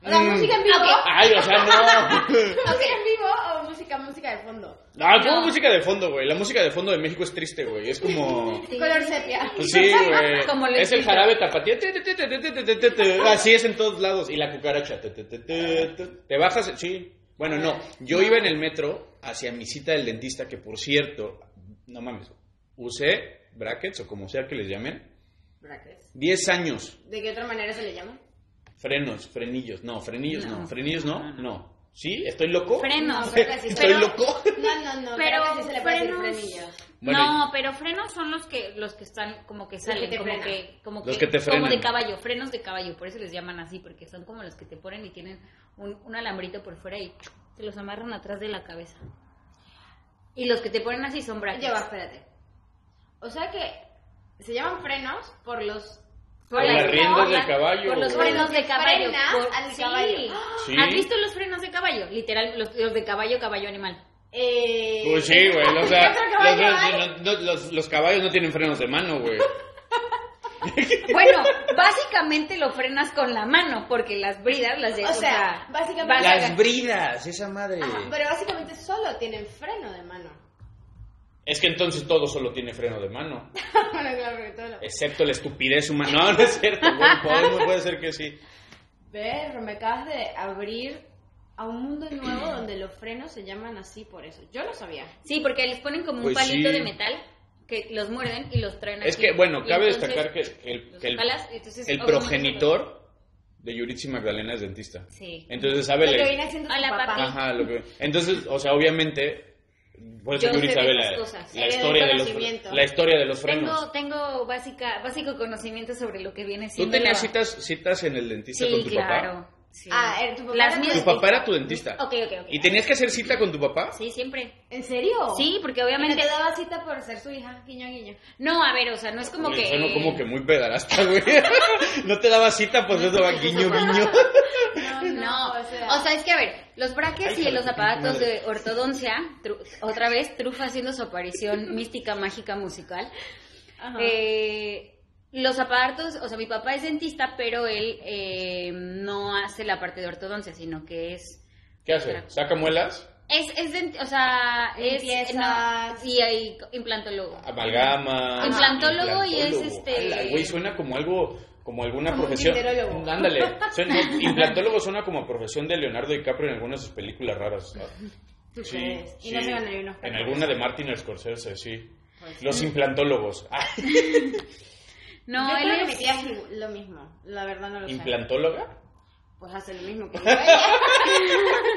S4: Mm.
S2: ¿La música en vivo?
S4: Ay, o sea, no.
S2: ¿Música en vivo o música, música de fondo?
S4: No, como música de fondo, güey. La música de fondo de México es triste, güey. Es como...
S2: Color sepia.
S4: Pues sí, güey.
S5: Como lo
S4: Es el
S5: explica.
S4: jarabe tapatío. Te, te, te, te, te, te, te, te, te. Así es en todos lados. Y la cucaracha. Te, te, te, te, te. Te bajas. Sí. Bueno, no. Yo iba en el metro hacia mi cita del dentista, que por cierto, no mames, usé brackets o como sea que les llamen. 10 años.
S2: ¿De qué otra manera se le llama?
S4: Frenos, frenillos. No, frenillos no.
S5: No.
S4: Frenillos no. No. ¿Sí? ¿Estoy loco?
S5: Frenos.
S2: No, creo que sí.
S4: ¿Estoy
S2: Pero-
S4: loco?
S2: No, no, no.
S5: Pero
S2: creo que sí se le puede decir
S5: frenos-
S2: frenillo.
S4: Bueno,
S5: no, pero frenos son los que los que están como que salen,
S2: que te
S5: como
S2: frenan.
S5: que como
S4: Los que te
S5: como
S4: frenan.
S5: de caballo, frenos de caballo, por eso les llaman así porque son como los que te ponen y tienen un, un alambrito por fuera y te los amarran atrás de la cabeza. Y los que te ponen así son brackets.
S2: Ya va, espérate. O sea que se llaman frenos por los...
S4: Por las riendas del caballo,
S5: Por los
S4: güey.
S5: frenos de caballo.
S2: Frenas
S5: por-
S2: al
S5: sí.
S2: caballo.
S4: Sí.
S5: ¿Has visto los frenos de caballo? Literal, los, los de caballo, caballo animal.
S2: Eh...
S4: Pues sí, güey. O sea,
S2: ¿Otro
S4: los,
S2: caballo hay?
S4: no- no- los- los caballos no tienen frenos de mano, güey.
S5: Bueno, básicamente lo frenas con la mano, porque las bridas, las de...
S2: O sea, básicamente-
S5: vas a-
S4: Las bridas, esa madre.
S2: Ajá, pero básicamente solo tienen freno de mano.
S4: Es que entonces todo solo tiene freno de mano.
S2: bueno, claro, porque todo lo...
S4: Excepto la estupidez humana. No, no es cierto, güey. Podemos, puede ser que sí.
S2: Ver, me acabas de abrir a un mundo nuevo donde los frenos se llaman así por eso. Yo lo sabía.
S5: Sí, porque les ponen como
S4: Pues
S5: un palito
S4: sí.
S5: de metal que los muerden y los traen
S4: Es
S5: aquí.
S4: que, bueno,
S5: Y
S4: cabe
S5: entonces
S4: destacar que que el,
S5: los
S4: que el,
S5: jalas, entonces,
S4: el
S5: obviamente,
S4: progenitor de Yuritsi Magdalena es dentista.
S5: Sí.
S4: Entonces
S2: Lo que
S4: sabe
S2: viene haciendo
S5: Hola,
S2: su papá.
S5: papi.
S4: Ajá, lo que- Entonces, o sea, obviamente. Por eso
S5: Yo
S4: Yuri
S5: sé
S4: sabe
S5: de
S4: la,
S5: esas cosas.
S4: la
S2: Ella
S4: historia
S2: del
S4: de los,
S2: conocimiento.
S4: fre- la historia de los frenos.
S5: Tengo, tengo básica, básico conocimiento sobre lo que viene
S4: ¿Tú
S5: siendo...
S4: tenías
S5: la-
S4: citas, citas en el dentista
S5: Sí,
S4: con tu
S5: claro.
S4: papá?
S5: sí.
S2: Ah, era tu papá
S5: Las
S2: era tu
S5: mías-
S4: ¿Tu papá era tu dentista?
S5: Ok, ok, ok.
S4: ¿Y tenías que hacer cita con tu papá?
S5: Sí, siempre.
S2: ¿En serio?
S5: Sí, porque
S2: Obviamente.
S5: obviamente...
S2: Oh. te daba cita por ser su hija, guiño, guiño.
S5: No, a ver, o sea, no es como
S4: Me
S5: que...
S4: sueno como que muy pedarasta, güey. no te daba cita, pues eso va guiño, guiño.
S2: No,
S5: No, o sea, es que a ver, los brackets
S4: Ay,
S5: y los
S4: joder,
S5: aparatos
S4: madre.
S5: de ortodoncia, tru- otra vez Trufa haciendo su aparición mística, mágica, musical.
S2: Ajá.
S5: Eh, los aparatos, o sea, mi papá es dentista, pero él eh, no hace la parte de ortodoncia, sino que es...
S4: ¿Qué hace? ¿Saca muelas?
S5: Es, es dent- o sea, es...
S2: Limpiezas.
S5: no, y ahí implantólogo.
S4: Amalgama.
S5: Implantólogo y es,
S4: implantólogo.
S5: este-
S4: Ala, Güey, suena como algo, como alguna
S2: Como un
S4: profesión.
S2: tinderólogo.
S4: Ándale. Suena- no, implantólogo suena como profesión de Leonardo DiCaprio en algunas de sus películas raras. ¿no?
S2: ¿Tú
S4: Sí,
S2: crees? Y
S4: sí.
S2: no Pues se ganaría unos
S4: En
S2: premios.
S4: alguna de Martin Scorsese, sí. Los implantólogos. Ah,
S5: No,
S2: yo
S5: él
S2: creo que
S5: es...
S2: mi tía es igual- lo mismo. La verdad no lo sé.
S4: ¿Implantóloga?
S2: Pues hace lo mismo que yo. ella.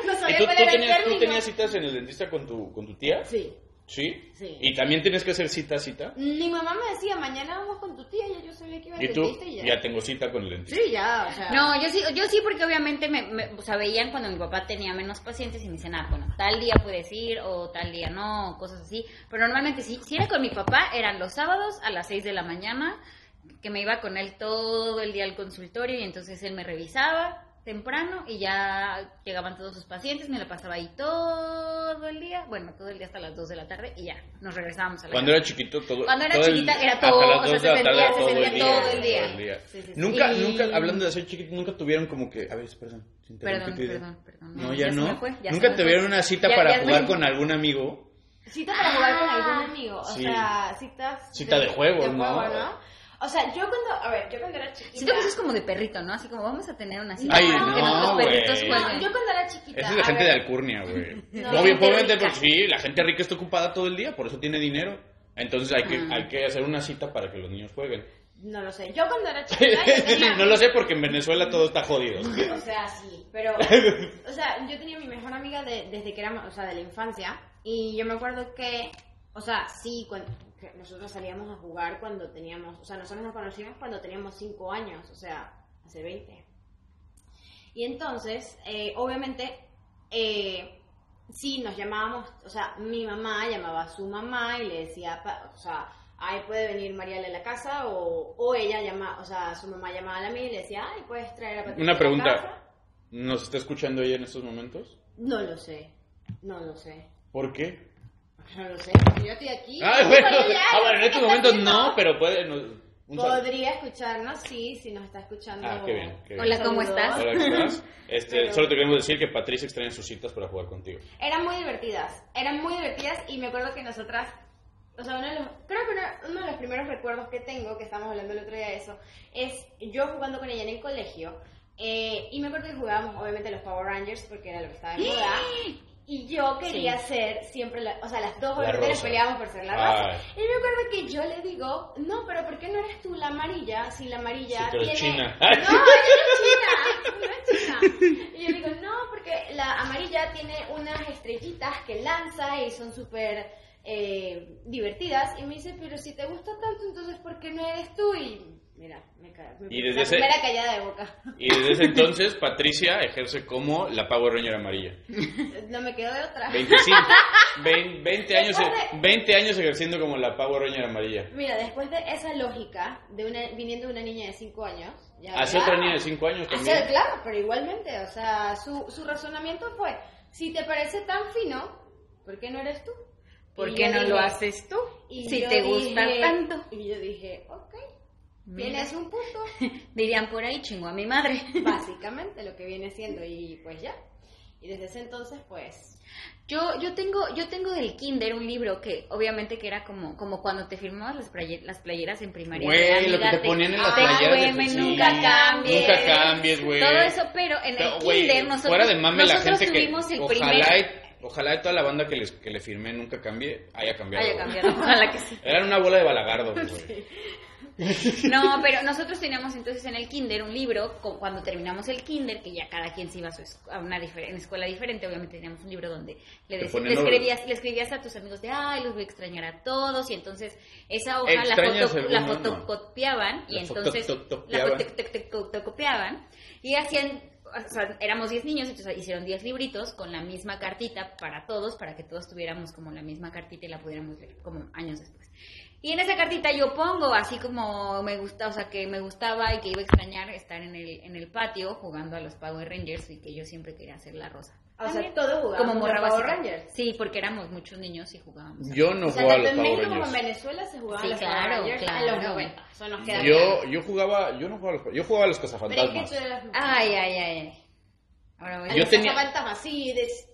S2: no
S4: ¿Y
S2: sabía
S4: tú,
S2: cuál
S4: tú
S2: era el
S4: tenías, tú
S2: término.
S4: tenías citas en el dentista con tu, con tu tía?
S2: Sí.
S4: ¿Sí?
S2: Sí.
S4: ¿Y también tienes que hacer cita, cita?
S2: Mi mamá me decía, mañana vamos con tu tía. Y yo sabía que iba al
S4: ¿Y tú?
S2: dentista y ya.
S4: Ya tengo cita con el dentista.
S2: Sí, ya, o sea.
S5: No, yo sí, yo sí porque obviamente me, me- o sea, veían cuando mi papá tenía menos pacientes y me dicen, ah, bueno, tal día puedes ir o tal día no, o cosas así. Pero normalmente si, si era con mi papá eran los sábados a las 6 de la mañana, que me iba con él todo el día al consultorio y entonces él me revisaba temprano y ya llegaban todos sus pacientes, me la pasaba ahí todo el día, bueno, todo el día hasta las 2 de la tarde y ya, nos regresábamos a la
S4: Cuando
S5: casa.
S4: era chiquito, todo.
S5: Cuando era
S4: todo el-
S5: chiquita era
S4: hasta
S5: todo,
S4: las
S5: o sea,
S4: dos
S5: se
S4: de la
S5: sentía-
S4: tarde,
S5: se
S4: todo el
S5: sentía
S4: día,
S5: todo el día. Sí, sí, sí.
S4: Nunca,
S5: Y-
S4: nunca, hablando de ser chiquito, nunca tuvieron como que. A ver, perdón. te
S5: Perdón,
S4: interrumpí, te-
S5: perdón, perdón.
S4: No, ya
S5: se me
S4: no.
S5: fue, ya se
S4: Nunca
S5: me
S4: te
S5: fue.
S4: dieron una cita
S5: Ya-
S4: para
S5: ya se me-
S4: jugar con algún amigo.
S2: Cita para jugar con
S5: Ah,
S2: algún amigo. O
S4: sí.
S2: sea, citas.
S4: Cita de juego, ¿no?
S2: O sea, yo cuando. A ver, yo cuando era chiquita.
S5: Siento que eso pues, es como de perrito, ¿no? Así como vamos a tener una cita
S4: Ay,
S5: para que
S4: no,
S5: nuestros
S4: güey.
S5: perritos
S2: No,
S5: jueguen.
S2: yo cuando era chiquita.
S4: Esa es de
S2: a
S4: gente de
S2: ver,
S4: alcurnia, güey.
S2: No,
S4: Obvio,
S5: gente
S4: obviamente,
S5: rica.
S4: pues sí, la gente rica está ocupada todo el día, por eso tiene dinero. Entonces hay que,
S5: Ah.
S4: hay que hacer una cita para que los niños jueguen.
S2: No lo sé. Yo cuando era chiquita. yo tenía-
S4: no lo sé porque en Venezuela todo está jodido.
S2: O sea, sí, pero... O sea, yo tenía mi mejor amiga de- desde que éramos, o sea, de la infancia. Y yo me acuerdo que, o sea, sí, cuando, que nosotros salíamos a jugar cuando teníamos... O sea, nosotros nos conocimos cuando teníamos 5 años, o sea, hace 20. Y entonces, eh, obviamente, eh, sí, nos llamábamos, o sea, mi mamá llamaba a su mamá y le decía, pa- o sea, ay, puede venir Mariela a la casa, o, o ella llama, o sea, su mamá llamaba a la mía y le decía, ay, puedes traer a Patricia
S4: Una
S2: a la casa?".
S4: pregunta. ¿Nos está escuchando ella en estos momentos?
S2: No lo sé, no lo sé,
S4: ¿Por qué?
S2: no lo sé, porque yo estoy aquí.
S4: Ah,
S2: Yo
S4: bueno,
S2: soy ella,
S4: ah, bueno, en
S2: ¿qué está
S4: estos momentos
S2: haciendo?
S4: no, pero puede... nos- un saludo.
S2: Podría escucharnos, sí, si nos está escuchando.
S4: Ah, qué bien, qué bien.
S5: Hola, ¿cómo estás?
S4: Hola, ¿qué tal? Este,
S2: Pero-
S4: Solo te queremos decir que Patricia extraña sus citas para jugar contigo.
S2: Eran muy divertidas, eran muy divertidas y me acuerdo que nosotras, o sea, uno de los, creo que uno, uno de los primeros recuerdos que tengo, que estábamos hablando el otro día de eso, es yo jugando con ella en el colegio eh, y me acuerdo que jugábamos obviamente los Power Rangers porque era lo que estaba en moda. Y yo quería ser siempre, la- o sea, las dos
S4: La
S2: obviamente nos
S4: rosa. Ah.
S2: peleábamos por ser la
S4: Ay.
S2: rosa. Y me acuerdo que yo le digo, no, pero ¿por qué no eres tú la amarilla si la amarilla
S4: Sí, pero es
S2: tiene...
S4: china.
S2: No, yo no era china, no era china. Y yo digo, no, porque la amarilla tiene unas estrellitas que lanza y son súper eh, divertidas. Y me dice, pero si te gusta tanto, entonces ¿por qué no eres tú? Y mira, me cago.
S4: Y desde
S2: la
S4: ese-
S2: primera callada de boca.
S4: Y desde ese entonces, Patricia ejerce como la Power Ranger amarilla.
S2: No me quedo de otra.
S4: 25, vein- 20, años, e- 20 años ejerciendo como la Power Ranger amarilla.
S2: Mira, después de esa lógica, de una, viniendo de una niña de 5 años... ya-
S4: Hace otra niña de 5 años
S2: O
S4: también.
S2: sea, claro, pero igualmente, o sea, su, su razonamiento fue, si te parece tan fino, ¿por qué no eres tú?
S5: ¿Por
S2: Y
S5: qué
S2: yo
S5: no
S2: dije-
S5: lo haces tú?
S2: y
S5: Si
S2: yo
S5: te gusta
S2: dije-
S5: tanto.
S2: Y yo dije, ok,
S5: Mira.
S2: tienes un punto,
S5: Dirían por ahí, chingo a mi madre.
S2: básicamente lo que viene siendo, y pues ya. Y desde ese entonces, pues,
S5: Yo, yo tengo, yo tengo del kinder un libro que obviamente que era como, como cuando te firmabas las, playe- las playeras en primaria.
S4: Güey,
S5: de,
S4: lo que
S5: "Amiga,
S4: te ponían en las
S5: te
S4: playeras de
S5: duerme,
S4: tu-
S5: nunca
S4: Sí,
S5: cambies.
S4: nunca cambies, güey.
S5: Todo eso, pero en
S4: Pero,
S5: el
S4: güey,
S5: kinder nosotros,
S4: fuera de mame la
S5: nosotros
S4: gente que
S5: tuvimos el primer...
S4: ojalá, y- ojalá y toda la banda que, les, que le firmé nunca cambie haya cambiado.
S5: Haya
S4: güey.
S5: cambiado, ojalá que sí.
S4: Eran una bola de balagardo, güey.
S5: No, pero nosotros teníamos entonces en el kinder un libro, con- cuando terminamos el kinder, que ya cada quien se iba a, su es- a una difer- en escuela diferente, obviamente teníamos un libro donde le,
S4: Te
S5: dec-
S4: ponen
S5: le
S4: novelas.
S5: escribías, le escribías a tus amigos de, ay, los voy a extrañar a todos, y entonces esa hoja la,
S4: ¿Extrañas
S5: foto-
S4: alguno,
S5: la
S4: no?
S5: fotocopiaban, y
S4: La
S5: entonces la
S4: fotocopiaban.
S5: fotocopiaban, y hacían... O sea, éramos 10 niños, entonces hicieron 10 libritos con la misma cartita para todos, para que todos tuviéramos como la misma cartita y la pudiéramos leer como años después. Y en esa cartita yo pongo así como me gusta, o sea, que me gustaba y que iba a extrañar estar en el, en el patio jugando a los Power Rangers y que yo siempre quería hacer la rosa.
S2: o sea, todo jugaba
S5: como
S2: con
S5: morra
S2: Power
S5: básica.
S2: Rangers.
S5: Sí, porque éramos muchos niños y jugábamos.
S4: Yo no
S2: O sea,
S4: jugaba a
S2: tanto
S4: los
S2: en
S4: Power
S2: México como en
S4: Rangers.
S2: Venezuela se jugaban
S5: Sí,
S2: los Power
S5: claro,
S2: Rangers en
S5: claro.
S2: los 90. Eso nos queda
S4: Yo,
S2: claro.
S4: yo jugaba, yo no jugaba a los, yo jugaba a los
S2: Pero es que tú
S4: cazafantasmas.
S2: eras mujer.
S5: Ay, ay, ay. ay. Ahora voy a...
S4: Yo tenía-
S2: fantasma, sí, de-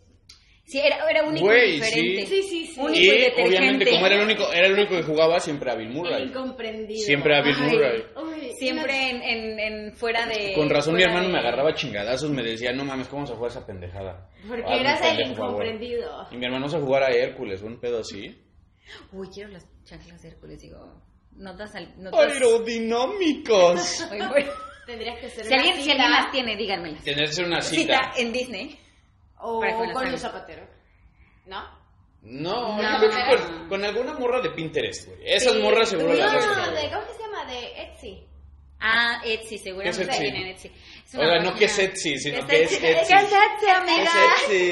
S5: Sí, era, era único
S4: Güey,
S5: y diferente.
S2: sí, sí, sí.
S5: Único
S4: Y
S5: y detergente.
S4: obviamente, como era el único, era el único que jugaba, siempre a Bill Murray.
S2: El incomprendido.
S4: Siempre a Bill
S5: Ay.
S4: Murray.
S2: Uy,
S5: Siempre en, en, en fuera
S2: eh,
S5: de...
S4: Con razón mi
S5: fuera
S4: hermano
S5: de-
S4: me agarraba chingadazos, me decía, no mames, ¿cómo se juega esa pendejada?
S2: Porque
S4: Hazme
S2: eras el
S4: pendejo, por favor".
S2: incomprendido.
S4: Y mi hermano se jugara a Hércules, un pedo así.
S5: Uy, quiero las chanclas de Hércules, digo... Notas al... Notas...
S4: ¡Aerodinámicos!
S5: Ay, bueno.
S2: Tendrías que ser
S5: Si alguien,
S2: una
S5: si alguien
S2: fila
S5: las tiene, díganmelas.
S4: Tenerse una
S5: Cita
S4: cita.
S2: eh,
S5: en Disney.
S2: o
S5: para que me las
S2: con
S5: hagas.
S2: los zapateros. ¿No?
S4: No,
S5: No.
S4: yo creo que con, con alguna morra de Pinterest, güey. Esas
S5: Sí,
S4: morras seguro
S5: tú
S4: las
S5: no,
S4: hacen,
S2: de,
S4: güey.
S2: ¿cómo que se llama? De Etsy.
S5: Ah, Etsy, seguramente
S4: ¿Qué es Etsy?
S5: tienen Etsy. Es
S4: O sea, no
S5: una página-
S4: que es Etsy, sino
S5: Es
S4: que es
S5: Etsy.
S4: Etsy.
S5: Es Etsy,
S4: ¿Qué
S5: amiga.
S4: es Etsy?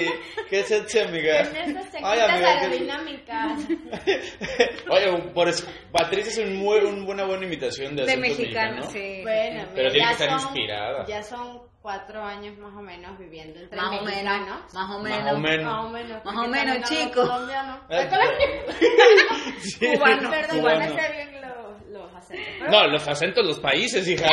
S4: ¿Qué es Etsy, amiga?
S2: Vender esas
S4: Ay,
S2: chaquetas
S4: amiga, ¿qué-
S2: aerodinámicas.
S4: Oye, por eso, Patricia es un muy, un- una buena imitación de
S5: De
S4: acento
S5: mexicano,
S4: mexicano.
S5: sí.
S2: Bueno, mira,
S4: Pero tiene
S2: ya
S4: que estar
S2: son-
S4: inspirada.
S2: Ya son cuatro años más o menos viviendo entre
S5: Más o menos,
S2: mexicanos.
S5: más
S4: Más o
S5: o menos.
S4: menos.
S2: Más o menos.
S5: Más o
S2: porque
S5: menos,
S2: también hablo
S5: chico.
S2: colombiano.
S4: Ah, Sí.
S2: Cubano, perdón, van a
S4: Cubano.
S2: hacer bien los, los acentos. Pero
S4: No, los acentos, los países, hija.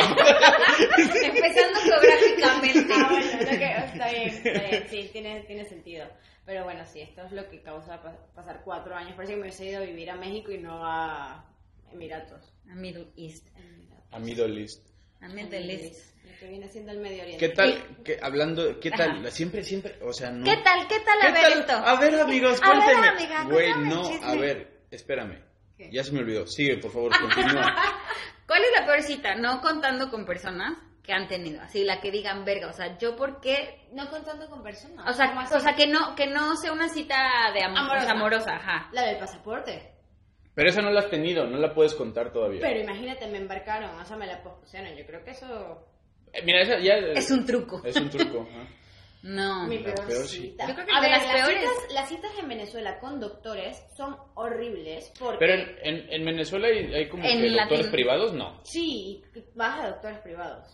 S5: Empezando geográficamente.
S2: Ah, bueno, lo que- está bien, está bien, sí, tiene, tiene sentido. Pero bueno, sí, esto es lo que causa pa- pasar cuatro años. Parece que me hubiese ido a vivir a México y no a Emiratos.
S5: A Middle East.
S4: A Middle East.
S5: A Middle East.
S2: Lo que viene siendo el Medio Oriente.
S4: ¿Qué tal? que hablando, ¿qué tal? Siempre, siempre, o sea, no.
S5: ¿Qué tal? ¿Qué tal
S4: ¿Qué
S5: haber
S4: tal?
S5: esto?
S4: A ver, amigos,
S5: A ver,
S4: cuéntenme.
S5: amiga,
S4: Güey,
S5: cuéntame el
S4: no,
S5: chisme.
S4: a ver, espérame.
S2: ¿Qué?
S4: Ya se me olvidó. Sigue, por favor, continúa.
S5: ¿Cuál es la peor cita? No contando con personas que han tenido, así la que digan verga, o sea, yo por qué,
S2: No contando con personas.
S5: o sea,
S2: ¿Cómo así?
S5: o sea que no que no sea una cita de amor,
S2: Amorosa.
S5: amorosa, amorosa ajá.
S2: La del pasaporte.
S4: Pero esa no la has tenido, no la puedes contar todavía.
S2: Pero imagínate, me embarcaron, o sea, me la pospusieron. Yo creo que eso.
S4: Eh, Mira, esa ya
S5: Es un truco.
S4: es un truco. ajá.
S5: No.
S2: Mi
S4: Ah, La
S2: peor,
S4: peor
S2: cita.
S4: cita.
S5: Yo creo que
S2: a
S5: de
S2: ver,
S5: las
S2: las,
S5: peores.
S2: Citas, las citas en Venezuela con doctores son horribles porque.
S4: Pero en, en, en Venezuela hay, hay como
S5: En
S4: que doctores
S5: latín.
S4: privados, no.
S2: Sí, vas a doctores privados.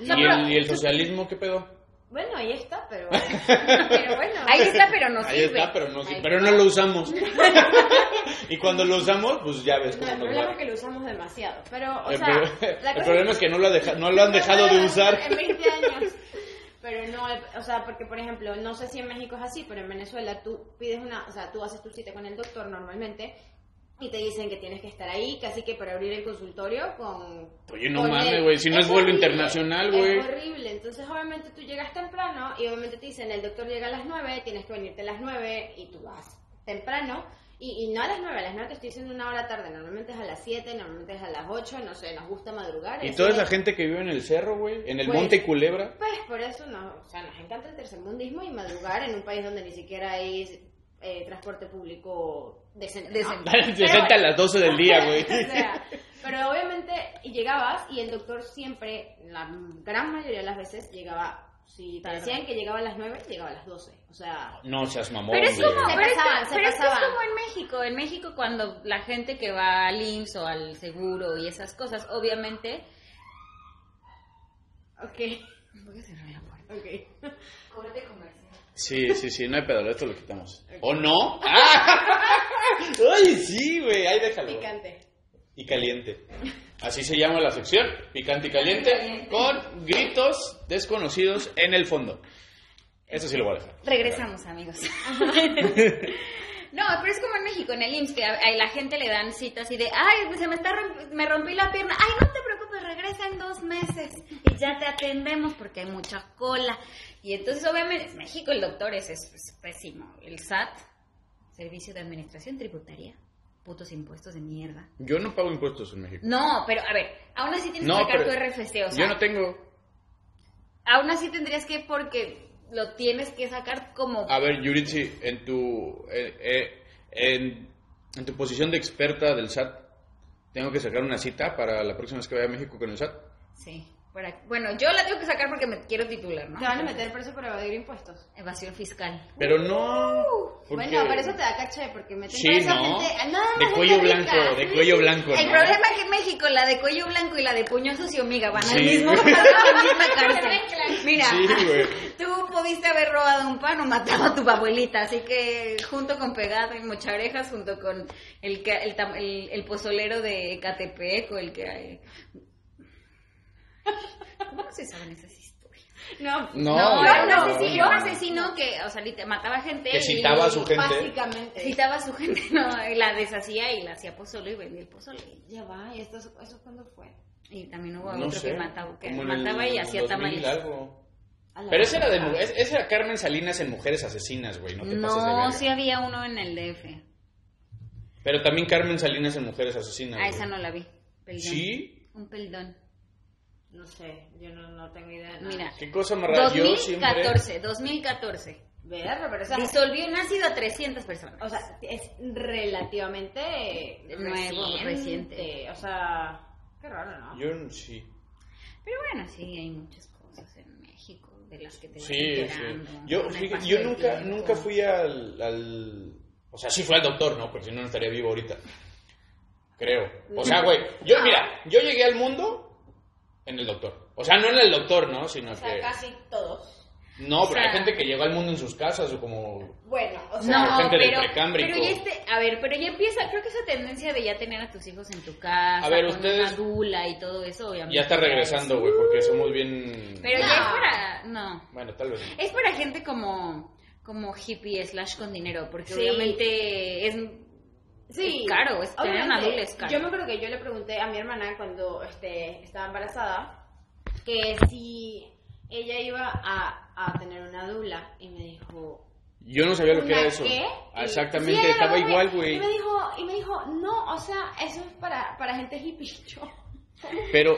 S5: O
S4: ¿Y
S5: sea, pero-
S4: el, y el socialismo qué pedo?
S2: Bueno, ahí está, pero. pero bueno.
S5: Ahí está, pero no
S4: Ahí
S5: sirve.
S4: está, pero no,
S5: Ahí
S4: pero
S5: está.
S4: no lo usamos. y cuando lo usamos, pues ya ves
S2: No,
S4: cómo
S2: el
S4: nos
S2: problema es
S4: va.
S2: que lo usamos demasiado. Pero, o
S4: El,
S2: sea.
S4: pro-
S2: la
S4: el
S2: cosa
S4: problema es que no lo, ha deja- no lo han dejado de usar.
S2: En 20 años. Pero no, o sea, porque por ejemplo, no sé si en México es así, pero en Venezuela tú pides una, o sea, tú haces tu cita con el doctor normalmente y te dicen que tienes que estar ahí, casi que para abrir el consultorio con...
S4: Oye, no
S2: con
S4: mames,
S2: él.
S4: güey, si no es vuelo internacional, güey.
S2: Es horrible, entonces obviamente tú llegas temprano y obviamente te dicen, el doctor llega a las 9, tienes que venirte a las 9 y tú vas temprano. Y, y no a las 9, a las 9 te estoy diciendo una hora tarde, normalmente es a las 7, normalmente es a las 8, no sé, nos gusta madrugar.
S4: Y
S2: así
S4: toda
S2: es.
S4: esa gente que vive en el cerro, güey, en el
S2: Güey.
S4: monte Culebra.
S2: Pues por eso nos, o sea, nos encanta el tercermundismo y madrugar en un país donde ni siquiera hay eh, transporte público decente. ¿no?
S5: Decente.
S4: Se
S2: Pero
S4: sienta a
S2: bueno.
S4: las 12 del día, güey.
S2: o sea, pero obviamente y llegabas y el doctor siempre, la gran mayoría de las veces, llegaba. Si te
S5: Tarde.
S2: decían que llegaba a las 9, llegaba a las 12. O sea,
S4: No seas mamón,
S5: Pero es
S4: güey.
S5: como,
S2: Se
S5: pero es
S2: pasaban,
S5: que-
S2: se
S5: pero es que es
S2: pasaban.
S5: como en México. En México cuando la gente que va al IMSS o al seguro y esas cosas, obviamente...
S2: ok,
S5: Voy a cerrar la puerta.
S2: ok.
S5: Corte comercial.
S4: Sí, sí, sí, no hay pedo, esto lo quitamos. ¿O no? ¡Ah! ¡Ay, sí, güey! Ahí déjalo.
S2: Picante.
S4: Y caliente. Así se llama la sección, picante y caliente,
S5: Caliente.
S4: con gritos desconocidos en el fondo. Eso sí lo voy a dejar.
S5: Regresamos, amigos. No, pero es como en México, en el IMSS, que a, a la gente le dan citas y de, ay, pues se me, está romp- me rompí la pierna, ay, no te preocupes, regresa en dos meses y ya te atendemos porque hay mucha cola. Y entonces, obviamente, en México el doctor es, es- es pésimo. El SAT, Servicio de Administración Tributaria, putos impuestos de mierda.
S4: Yo no pago impuestos en México.
S5: No, pero a ver, aún así tienes
S4: No,
S5: que sacar
S4: pero
S5: tu RFC, o sea,
S4: Yo no tengo.
S5: aún así tendrías que, porque lo tienes que sacar como
S4: A ver, Yuritsi, en tu, eh, eh, en, en tu posición de experta del SAT, tengo que sacar una cita para la próxima vez que vaya a México con el SAT.
S5: Sí. para- bueno, yo la tengo que sacar porque me quiero titular, ¿no?
S2: Te van a meter preso por evadir impuestos.
S5: Evasión fiscal.
S4: Pero no. porque-
S2: Uh, Bueno, pero eso te da caché porque meten
S4: Sí,
S2: presa
S4: ¿no?
S2: gente. ah, Nada más
S4: De
S2: gente
S4: cuello
S2: rica.
S4: blanco, de cuello blanco.
S5: El
S4: Pues ¿no?
S5: problema es que en México la de cuello blanco y la de puño sucio, miga, van al
S4: Sí.
S5: mismo lugar, a la misma cárcel. Mira,
S4: Sí, güey.
S5: tú pudiste haber robado un pan o matado a tu abuelita, así que junto con pegado y mocharejas, junto con el, que- el, tam- el, el pozolero de Catepec o el que hay... ¿Cómo se saben esas historias?
S2: No,
S4: No,
S5: No, era un
S4: no,
S5: asesino,
S4: no.
S5: un asesino que, o sea, lite- mataba gente.
S4: Que
S5: y-
S4: citaba a su gente.
S2: básicamente.
S5: Citaba a su gente, no, y la deshacía y la hacía pozole y vendía el pozole.
S2: Ya va, ¿y esto, eso cuándo fue?
S5: Y también hubo
S4: No
S5: otro
S4: sé.
S5: que mataba, que
S4: como en el
S5: mataba y hacía
S4: 2000
S5: tamales.
S4: algo.
S2: A la
S4: Pero esa era, de,
S2: verga.
S4: mu- es- esa era Carmen Salinas en Mujeres Asesinas, güey. No te pases de
S5: No,
S4: verga.
S5: sí había uno en el DF.
S4: Pero también Carmen Salinas en Mujeres Asesinas.
S5: ah,
S4: güey.
S5: esa no la vi. Peldón.
S4: ¿Sí?
S5: Un peldón.
S2: No sé, yo no, no tengo idea. de nada.
S5: Mira.
S4: Qué cosa más rara. Yo siempre.
S5: 2014, 2014.
S2: Verga, pero o sea,
S5: Disolvió en ácido a 300 personas.
S2: o sea, es relativamente
S5: Nuevo,
S2: reciente.
S5: reciente.
S2: O sea, qué raro, ¿no?
S4: Yo sí.
S5: Pero bueno, sí, hay muchas cosas en México de las que te vas
S4: Sí,
S5: enterando,
S4: sí.
S5: ¿no?
S4: Yo,
S5: En el
S4: fíjate,
S5: paso
S4: yo
S5: del
S4: nunca,
S5: tiempo.
S4: nunca fui al, al- O sea, sí fui al doctor, ¿no? Porque si no, no estaría vivo ahorita. Creo. O sea, güey, yo, mira, yo llegué al mundo en el doctor. O sea, no en el doctor, ¿no? Sino
S2: O sea,
S4: que...
S2: casi todos.
S4: No, pero
S5: o sea-
S4: hay gente que llegó al mundo en sus casas o como...
S2: Bueno, o sea,
S5: No,
S4: gente del
S5: pero,
S4: precámbrico.
S5: pero ya este, a ver, pero ya empieza, creo que esa tendencia de ya tener a tus hijos en tu casa,
S4: A ver,
S5: con
S4: ustedes-
S5: una dula y todo eso, obviamente.
S4: Ya está regresando, güey, porque somos bien...
S5: Ah, Pero ya es para, no,
S4: Bueno, tal vez. no.
S5: es para gente como, como hippie slash con dinero, porque
S2: Sí.
S5: obviamente es, es caro, es tener una
S2: Obviamente,
S5: dula es caro.
S2: Yo me acuerdo que yo le pregunté a mi hermana cuando este, estaba embarazada que si ella iba a, a tener una dula y me dijo
S4: Yo no sabía lo que
S2: ¿Una
S4: era
S5: E,
S4: eso.
S2: qué?
S4: Ah,
S2: Y-
S4: Exactamente,
S2: Sí, era
S4: estaba
S2: algo que-
S4: igual,
S2: Y
S4: güey.
S2: me dijo, y me dijo, no, o sea, eso es para, para gente hippie. Yo,
S4: Pero...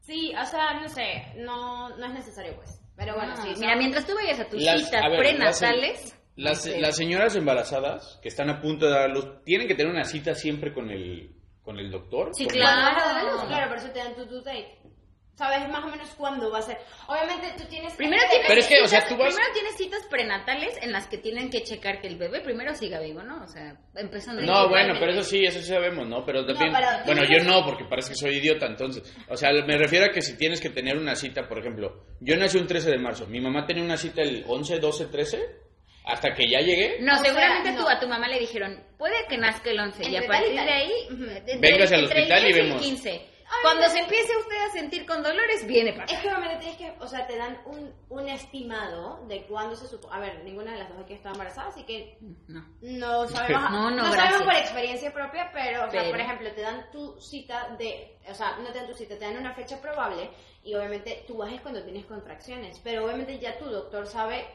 S2: sí, o sea, no sé, no, no es necesario, pues. Pero bueno,
S5: Ah, No,
S2: sí.
S5: mira,
S2: son-
S5: mientras tú vayas a tus
S4: Las-
S5: citas
S4: a ver,
S5: prenatales, este,
S4: Las,
S5: Sí.
S4: las señoras embarazadas que están a punto de dar a luz, ¿tienen que tener una cita siempre con el, con el doctor?
S5: Sí,
S4: ¿Con-
S5: claro.
S2: Cuando vas a dar a luz,
S5: No.
S2: claro, por eso te dan tu due date. Sabes más o menos cuándo va a ser. Obviamente tú tienes
S5: primero
S2: que-
S5: tienes,
S4: Pero es que, o sea,
S5: citas-
S4: tú vas-
S5: primero tienes citas prenatales en las que tienen que checar que el bebé primero siga vivo, ¿no? O sea, empezando.
S4: No, bueno, pero eso sí, eso sí sabemos, ¿no? Pero también,
S2: pero-
S4: bueno, yo no, porque parece que soy idiota, entonces, o sea, me refiero a que si tienes que tener una cita, por ejemplo, yo nací un 13 de marzo, mi mamá tenía una cita el 11, 12, 13, hasta que ya llegué,
S5: No,
S2: O sea,
S5: seguramente
S2: no.
S5: tú a tu mamá le dijeron, puede que nazca el 11 y
S2: Entre
S5: a
S2: tal
S5: partir
S2: y
S5: de
S2: tal.
S5: ahí,
S2: Ujú.
S5: entre-
S4: Vengas al
S5: entre el
S4: hospital y
S5: 10
S4: vemos.
S5: 15. Cuando se empiece usted a sentir con dolores, viene para
S2: Es
S5: acá.
S2: que obviamente tienes que, o sea, te dan un, un estimado de cuándo se supo. A ver, ninguna de las dos aquí está embarazada, así que
S5: No.
S2: no sabemos,
S5: No, no,
S2: sabemos
S5: gracias.
S2: por experiencia propia, pero, o sea,
S5: Pero-
S2: por ejemplo, te dan tu cita de, o sea, no te dan tu cita, te dan una fecha probable y obviamente tú vas es cuando tienes contracciones, pero obviamente ya tu doctor sabe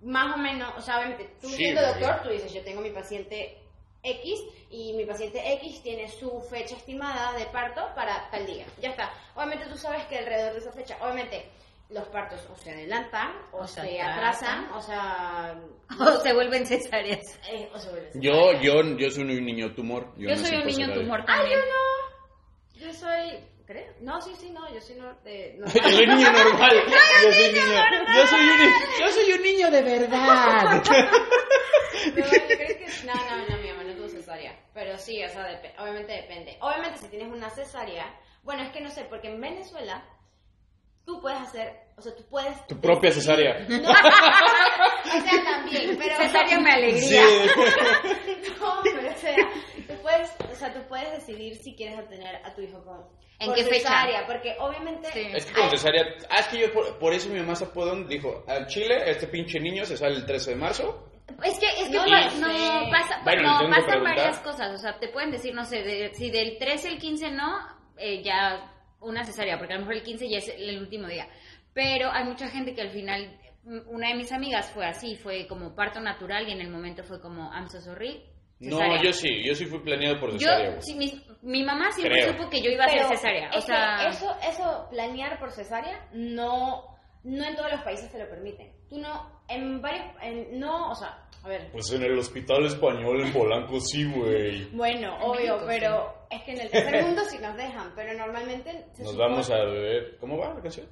S2: más o menos, o sea, obviamente tú
S4: Sí,
S2: siendo
S4: pero
S2: doctor,
S4: ya.
S2: tú dices, yo tengo mi paciente X y mi paciente X tiene su fecha estimada de parto para tal día. Ya está. Obviamente tú sabes que alrededor de esa fecha, obviamente los partos o se adelantan o,
S5: O se
S2: se, atrasan, o sea,
S5: O se vuelven cesáreas.
S2: eh, o se vuelve a hacer.
S4: yo, yo, yo soy un niño tumor.
S5: Yo,
S4: nací
S5: soy un
S4: por
S5: niño
S4: cesárea.
S5: tumor
S2: Ah, yo
S5: también.
S2: no. Yo soy, ¿creo? No, sí, sí, no, yo soy no, de- no.
S4: Yo soy niño normal. Yo soy niño. Yo soy un, yo soy un niño de verdad.
S2: Pero bueno, creo que- No, no, no, mi amor, no tuvo cesárea. Pero sí, o sea, dep- obviamente depende. Obviamente si tienes una cesárea, bueno, es que no sé, porque en Venezuela tú puedes hacer, o sea, tú puedes...
S4: Tu propia cesárea.
S2: No, o sea, también, pero...
S5: Cesárea me
S4: Sí.
S5: alegría.
S2: No, pero o sea, tú puedes, o sea, tú puedes decidir si quieres tener a tu hijo con...
S5: ¿En
S2: por
S5: qué fecha?
S2: cesárea, Porque obviamente...
S5: Sí.
S4: Es que con cesárea. Ah, es que yo por, por eso mi mamá Zapodón dijo: al Chile, este pinche niño se sale el 13 de marzo.
S5: Es que, es que
S2: No
S5: pa-
S2: lo
S5: no,
S2: sé.
S5: pasa,
S4: Bueno,
S5: no,
S4: les tengo que
S5: pasan
S4: preguntar.
S5: varias cosas. O sea, te pueden decir, no sé, de- si del 13 al 15 no, eh, ya una cesárea, porque a lo mejor el 15 ya es el último día. Pero hay mucha gente que al final, m- una de mis amigas fue así, fue como parto natural y en el momento fue como, I'm so sorry.
S4: No,
S5: cesárea.
S4: yo sí, yo sí fui planeado por
S5: Yo,
S4: cesárea, güey.
S5: sí, mi, mi mamá siempre
S4: Creo.
S5: supo que yo iba a ser
S2: Pero
S5: cesárea. O
S2: es que
S5: sea,
S2: eso, eso, planear por cesárea, no, no en todos los países te lo permiten. Tú no, en varios, en- no, o sea, a ver,
S4: Pues en el hospital español en Polanco sí, güey.
S2: bueno,
S5: En
S2: obvio,
S5: México,
S2: pero es que en el tercer mundo sí nos dejan, pero normalmente se
S4: Nos
S2: supone-
S4: vamos a ver. ¿Cómo va la canción?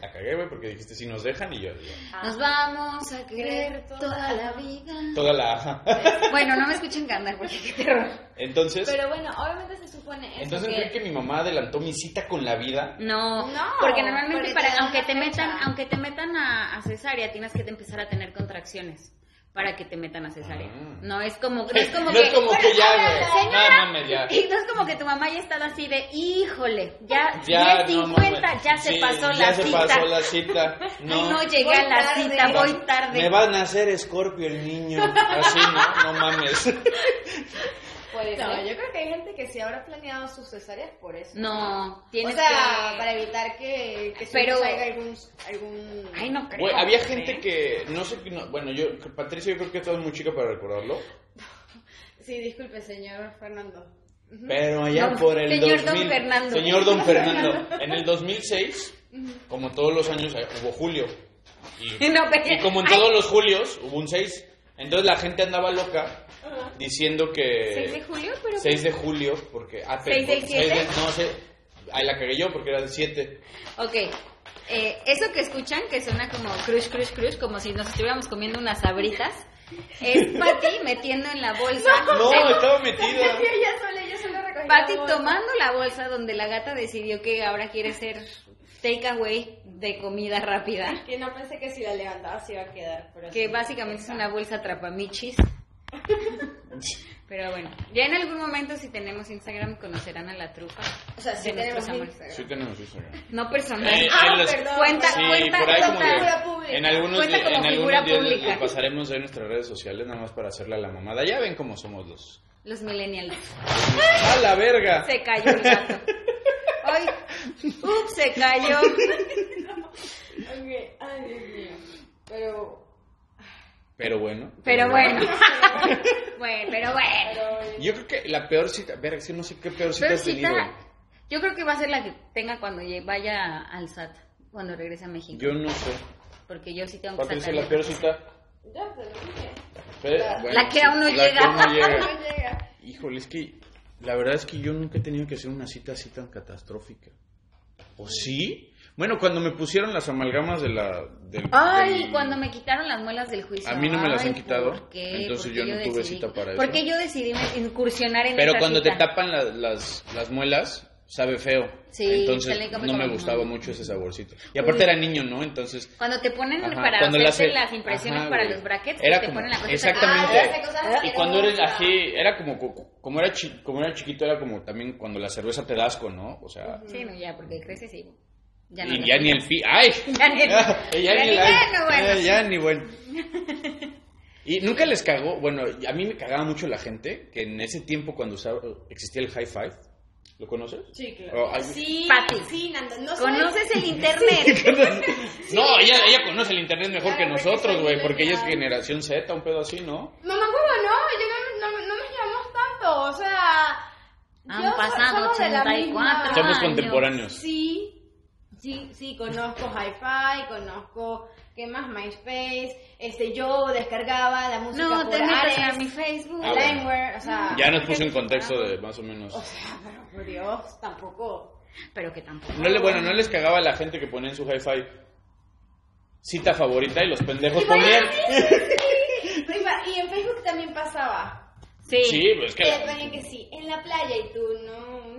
S4: La cagué, güey, porque dijiste si nos dejan y yo. yo-
S5: nos vamos a querer
S2: Querer toda
S5: toda la
S2: la
S5: vida.
S4: Toda la.
S5: Bueno, no me escuchen cantar porque qué terror.
S4: Entonces.
S2: Pero bueno, obviamente se supone eso.
S4: Entonces
S2: que-
S4: creo que mi mamá adelantó mi cita con la vida.
S5: No,
S2: No,
S5: porque normalmente
S2: porque
S5: para,
S2: te dan
S5: aunque
S2: una
S5: te
S2: fecha.
S5: metan, aunque te metan a, a cesárea, tienes que te empezar a tener contracciones para que te metan a cesárea.
S4: Ah.
S5: No es como, no es como
S4: No
S5: que,
S4: es como que ya,
S5: Bueno,
S4: güey.
S5: señora,
S4: No, mames, ya.
S5: y no es como que tu mamá ya estaba así de, híjole, ya,
S4: Ya,
S5: 10.50,
S4: mames.
S5: ya se
S4: Sí,
S5: pasó la
S4: ya se
S5: cita.
S4: pasó la cita. No,
S5: Ay, no llegué
S2: Voy
S5: a la
S2: tarde.
S5: cita, voy tarde.
S4: Me van a hacer escorpio el niño. Así, no, no mames.
S2: Puede
S5: No,
S2: ser. yo creo que hay gente que sí habrá planeado sus cesáreas por eso.
S5: No,
S2: O
S5: tienes
S2: sea,
S5: que...
S2: para evitar que, que se
S5: Pero-
S2: salga algún... algún...
S5: Ay, no creo.
S4: Güey, había
S5: ¿eh?
S4: gente que, no sé, no, bueno, yo, Patricia, yo creo que estás muy chica para recordarlo,
S2: Sí, disculpe, señor Fernando.
S4: pero allá
S5: Don-
S4: por el 2000,
S5: señor don Fernando.
S4: señor Don Fernando, en el 2006, como todos los años, eh, hubo julio, y,
S5: No, pero-
S4: y como en
S5: Ay,
S4: todos los julios, hubo un 6, entonces la gente andaba loca diciendo que...
S5: 6 de julio, pero...
S4: 6 de julio, porque... Ah,
S5: ¿Seis
S4: pero-
S5: del
S4: seis
S5: siete?
S4: de- no, se- Ahí la cagué yo porque era de 7.
S5: Ok. eh, eso que escuchan, que suena como crush, crush, crush, como si nos estuviéramos comiendo unas sabritas, es Patty metiendo en la bolsa.
S4: No, estaba metida.
S2: ella sola, ella sola recogiendo.
S5: Patty tomando la bolsa donde la gata decidió que ahora quiere ser takeaway de comida rápida,
S2: Que no pensé que si la levantaba se iba a quedar. Pero
S5: que
S2: sí.
S5: básicamente es una bolsa trapamichis. Pero bueno, ya en algún momento si tenemos Instagram conocerán a la trufa.
S2: O sea, sí
S5: de nuestros
S2: tenemos
S5: amores.
S2: Instagram.
S4: Sí tenemos Instagram.
S5: No personal.
S4: Eh,
S2: Ah,
S4: en las-
S2: perdón.
S5: Cuenta,
S4: Sí,
S5: cuenta,
S4: por ahí como
S5: cuenta.
S2: figura
S4: que-
S2: pública.
S4: en algunos,
S5: Cuenta
S4: di-
S5: como
S4: en algunos
S5: figura
S4: días les-
S5: pública.
S4: les pasaremos en nuestras redes sociales nada más para hacerle la mamada. Ya ven cómo somos los.
S5: Los millennials.
S4: ¡A la verga!
S5: Se cayó el gato. Ay, ups, se cayó.
S2: Ok, ay, Dios mío. Pero.
S4: Pero bueno.
S5: Pero bueno. Bueno, pero bueno.
S2: pero
S4: Yo creo que la peor cita, verga, sí, no sé qué peor cita
S5: Pero
S4: has tenido.
S5: cita, yo creo que va a ser la que tenga cuando lle- vaya al SAT, cuando regrese a México.
S4: Yo no sé.
S5: porque yo sí tengo
S4: ¿Cuál
S5: que
S4: es
S5: sacar
S4: la
S5: mi-
S4: peor cita?
S2: ya ¿eh? te lo dije.
S4: Pero,
S2: La-
S4: bueno,
S5: la que aún no
S4: sí, la que
S5: llega.
S4: aún no llega.
S2: No llega.
S4: Híjole, es que la verdad es que yo nunca he tenido que hacer una cita así tan catastrófica. ¿O sí? Bueno, cuando me pusieron las amalgamas de la... del-
S5: Ay,
S4: del-
S5: cuando me quitaron las muelas del juicio.
S4: A mí no me las
S5: Ay,
S4: han quitado,
S5: ¿por qué?
S4: entonces
S5: Porque
S4: yo no tuve
S5: decidí-
S4: cita para
S5: Porque
S4: eso.
S5: yo decidí me- incursionar en
S4: Pero
S5: esa
S4: cuando
S5: cita.
S4: te tapan la- las, las muelas, sabe feo.
S5: Sí,
S4: Entonces
S5: sale como
S4: no me
S5: como-
S4: gustaba mucho ese saborcito. Y aparte
S5: Uy.
S4: era niño, ¿no? Entonces...
S5: Cuando te ponen
S4: ajá,
S5: para
S4: cuando le
S5: hacerte
S4: hace-
S5: las impresiones
S4: ajá,
S5: para
S4: güey.
S5: los brackets,
S4: Era
S5: que te
S4: como-
S5: ponen la cosa
S4: exactamente.
S5: para-
S2: Ah, esas cosas
S4: Y
S2: asquerosas.
S4: cuando eres así, era como, co- como era chi- como era chiquito, era como también cuando la cerveza te da asco, ¿no? O sea,
S5: Sí, no, ya, porque creces y ya no.
S4: y
S5: te-
S4: ya ni el pi... ¡Ay!
S5: Ya ni el-
S4: ya ni el-
S5: bueno, bueno.
S4: eh, ya ni bueno. Y nunca les cagó, bueno, a mí me cagaba mucho la gente que en ese tiempo cuando usaba, existía el high five, ¿lo conoces?
S2: Sí,
S4: Oh,
S2: claro.
S4: ay.
S2: Sí,
S5: Pati.
S2: sí, Nando. No sabes-
S5: Conoces el internet.
S4: No, ella, ella conoce el internet mejor que
S2: Claro, Ah, porque
S4: nosotros,
S2: soy
S4: güey, porque ella es
S2: millennial.
S4: generación Z, un pedo así, ¿no?
S2: Mamá, huevo, no, yo no, no, no nos llevamos tanto, o sea...
S5: Han
S2: yo so-
S5: pasado
S2: somos de la
S5: 84
S2: misma-
S4: Somos
S5: años.
S4: contemporáneos.
S2: Sí, sí, sí, conozco Hi-Fi, conozco, ¿qué más? MySpace, este, yo descargaba la música
S5: No,
S2: por
S5: te metas a
S2: Ares,
S5: mi Facebook.
S4: Ah, bueno.
S2: Limeware, o sea...
S4: Ya nos puso en contexto de más o menos.
S2: O sea, pero por Dios, tampoco...
S5: Pero que tampoco.
S4: No le, bueno, no les cagaba a la gente que ponía en su hi-fi cita favorita y los pendejos ponían.
S2: Prima, y en Facebook también pasaba.
S5: Sí.
S4: Sí, pues
S2: Que
S4: que
S2: ponían que sí, en la playa y tú, no, no,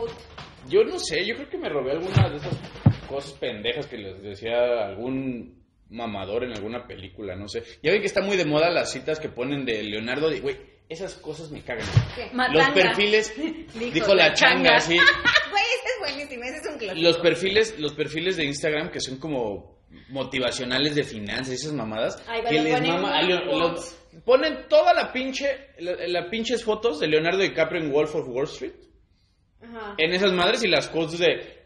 S2: quote.
S4: Yo no sé, yo creo que me robé alguna de esas cosas pendejas que les decía algún mamador en alguna película, no sé. Ya ven que está muy de moda las citas que ponen de Leonardo, Di- güey, esas cosas me cagan.
S2: ¿Qué?
S4: Los
S5: Matanga.
S4: perfiles, dijo,
S5: Dijo
S4: la
S5: la
S4: changa,
S5: changa.
S4: sí.
S5: Güey, ese es buenísimo, ese es un clásico.
S4: Los perfiles, los perfiles de Instagram que son como motivacionales de finanzas, esas mamadas,
S2: Ay,
S4: que
S2: pero
S4: les
S2: ponen
S4: mama, a
S2: unos
S4: Leo-
S2: quotes.
S4: lo- ponen toda la pinche, la, la pinches fotos de Leonardo DiCaprio en Wolf of Wall Street,
S2: Ajá.
S4: en esas madres y las quotes de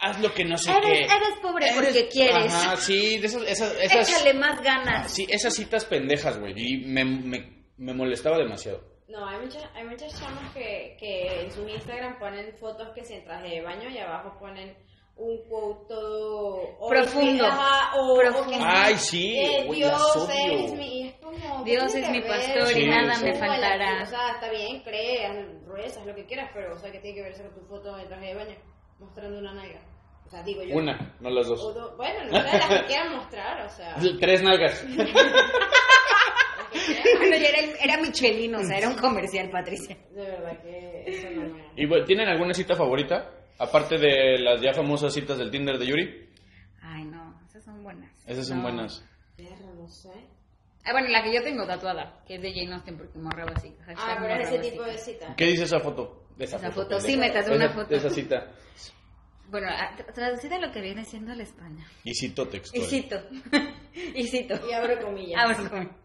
S4: haz lo que no sé
S5: Eres,
S4: qué.
S5: eres pobre porque quieres.
S4: Ajá, sí, de esas, esas, esas-
S5: Échale más ganas.
S4: sí, esas citas pendejas, güey, y me, me, me molestaba demasiado.
S2: No, hay muchas, hay muchas chamas que, que en su Instagram ponen fotos que si en traje de baño y abajo ponen un quote todo o
S5: Profundo.
S2: ajá, o,
S5: Profundo.
S2: o que sí,
S4: Ay, sí,
S2: eh,
S4: güey, las
S2: Dios
S4: odio.
S2: es mi y es como, ¿qué
S5: Dios
S2: tiene
S5: es
S2: que
S5: mi
S2: ver?
S5: pastor
S4: y Sí, nada sí. me
S5: faltará.
S2: O sea, está bien, creas, rezas, lo que quieras, pero o sea, que tiene que ver eso con tu foto en traje de baño mostrando una nalga. O sea, digo yo.
S4: Una, no las
S2: O
S4: dos.
S2: dos. Bueno, no sé, las que quieran mostrar, o sea, las
S4: Tres nalgas.
S2: que quieran.
S5: Bueno, ya era, era Michelin, o sea, era un comercial, Patricia.
S2: De verdad que eso no me...
S4: ¿Y bueno, tienen alguna cita favorita? Aparte de las ya famosas citas del Tinder de Yuri.
S5: Ay, no, esas son buenas.
S4: Esas son
S5: No.
S4: buenas.
S2: Perro, no sé.
S5: Ah, bueno, la que yo tengo tatuada, que es de Jane Austen, porque morraba así.
S2: Ah,
S5: hashtag
S2: pero es ese
S5: morraba
S2: tipo
S5: así.
S2: de cita.
S4: ¿Qué dice esa foto? De
S5: Esa foto, sí,
S4: pendeja.
S5: metas una
S4: Esa-
S5: foto.
S4: De esa cita.
S5: Bueno, a- tra- traducida lo que viene siendo la España.
S4: Y cito textual.
S5: Y cito. y cito.
S2: Y abro comillas.
S5: Ah, bueno, bueno.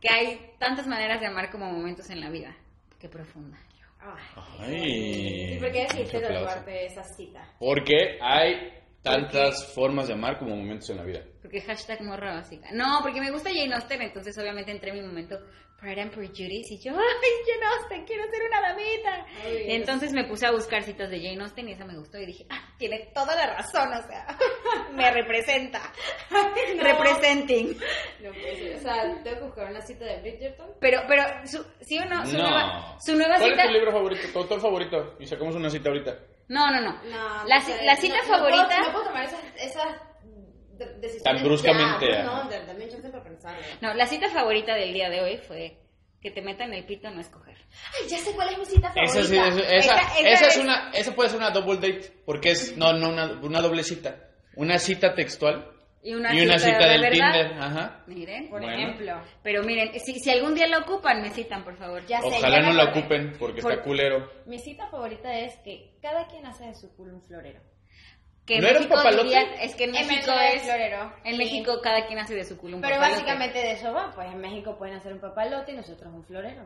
S5: Que hay tantas maneras de amar como momentos en la vida. Qué profunda.
S4: Ay.
S2: ¿Y por qué decidiste
S4: Mucho aplauso.
S2: tatuarte esa cita?
S4: Porque hay tantas formas de amar como momentos en la vida.
S5: Porque hashtag morra básica. No, porque me gusta Jane Austen, entonces obviamente entré en mi momento Pride and Prejudice y yo, ¡ay, Jane Austen, quiero ser una damita!
S2: Ay.
S5: Y entonces me puse a buscar citas de Jane Austen y esa me gustó y dije, ¡ah, tiene toda la razón! O sea, me representa. Representing.
S2: No puede ser. O sea, tengo que buscar una cita de Bridgerton.
S5: Pero, pero, su- ¿sí o no? Su nueva, su nueva
S4: ¿Cuál
S5: cita...
S4: es tu libro favorito? ¿Tu autor favorito? Y sacamos una cita ahorita.
S5: No, no, no.
S2: No,
S5: la,
S2: no
S5: ci-
S2: sé,
S5: la cita
S2: no- no
S5: favorita.
S2: puedo- No puedo, tomar esas, esas de- decisiones.
S4: Tan bruscamente, ah.
S2: ya,
S4: ajá.
S2: no, de- dame chance para pensarlo.
S5: No, la cita favorita del día de hoy fue que te metan el pito no escoger.
S2: Ay, ya sé cuál es mi cita favorita.
S4: Esa, sí, esa, esa,
S5: Esa- esa
S4: esa es
S5: es-
S4: una, esa puede ser una double date, porque es, no, no, una, una doble cita. Una cita textual
S5: Y una,
S4: y una cita,
S5: de
S4: del
S5: verdad.
S4: Tinder. Ajá.
S5: Miren,
S2: Por
S4: Bueno.
S2: ejemplo.
S5: pero miren, si, si algún día la ocupan, me citan, por favor.
S2: Ya sé,
S4: Ojalá
S2: ya
S4: no
S2: me
S4: la
S2: acordé.
S4: ocupen, porque
S2: Por-
S4: está culero.
S2: Mi cita favorita es que cada quien hace de su culo un florero.
S5: Que en
S4: ¿No era un
S5: México
S4: papalote?
S5: dirían- es que en
S2: En
S5: México
S2: Venezuela es
S5: es...
S2: florero.
S5: En
S2: Sí.
S5: México cada quien hace de su culo un
S2: Pero
S5: papalote.
S2: básicamente de eso va, pues en México pueden hacer un papalote y nosotros un florero.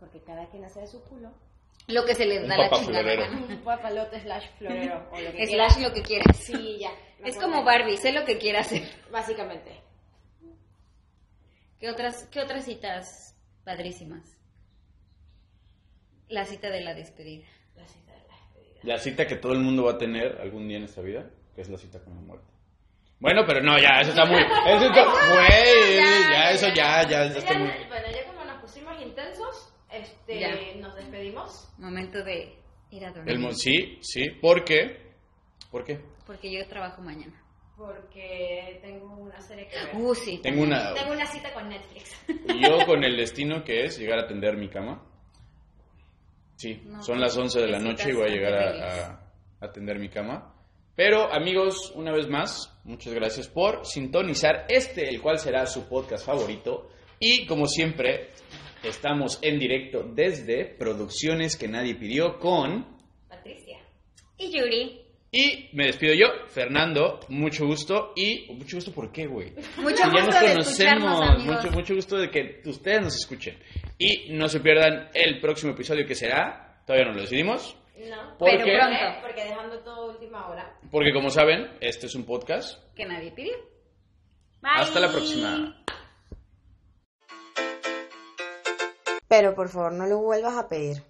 S2: Porque cada quien hace de su culo
S5: Lo que se les
S4: Un
S5: da la
S4: papá
S5: chingada.
S4: florero.
S5: gana.
S2: un papalote slash florero. O lo que
S5: Slash
S2: quieras.
S5: lo que quieras.
S2: Sí, ya. me
S5: Es
S2: acordé.
S5: como Barbie, sé lo que quiera hacer.
S2: Básicamente.
S5: ¿Qué otras, qué otras citas padrísimas? La cita de la despedida.
S2: La cita de la despedida.
S4: La cita que todo el mundo va a tener algún día en esta vida, que es la cita con la muerte. Bueno, pero no, ya, eso está muy... Eso está... Güey,
S5: Ya,
S4: ya, eso ya, ya, eso está
S2: Ya,
S4: muy...
S2: Bueno, ya como nos pusimos intensos, este,
S5: Ya.
S2: nos despedimos.
S5: Momento de ir a dormir.
S4: El, mo- sí, sí, ¿por qué? ¿Por qué?
S5: Porque yo trabajo mañana.
S2: Porque tengo una serie que ver.
S5: Uh, sí.
S4: Tengo una...
S2: Tengo una cita con Netflix.
S4: Y yo con el destino que es llegar a atender mi cama. Sí,
S5: No,
S4: son las 11 de la
S5: necesitas
S4: noche y voy a llegar
S5: anteriores.
S4: a, a atender mi cama. Pero amigos, una vez más, muchas gracias por sintonizar este, el cual será su podcast favorito. Y como siempre, estamos en directo desde Producciones que nadie pidió con...
S2: Patricia.
S5: Y Yuri.
S4: Y me despido yo, Fernando, mucho gusto y... ¿Mucho gusto por qué, güey?
S5: Mucho
S4: Si ya nos
S5: gusto de escucharnos,
S4: conocemos.
S5: amigos.
S4: Mucho, mucho gusto de que ustedes nos escuchen. Y no se pierdan el próximo episodio que será. Todavía no lo decidimos.
S2: No.
S4: ¿Por
S5: Pero
S4: qué?
S5: pronto.
S2: Porque dejando todo última hora.
S4: Porque como saben, este es un podcast.
S5: Que nadie pidió.
S4: Hasta la
S5: Bye.
S4: próxima.
S1: Pero por favor no lo vuelvas a pedir.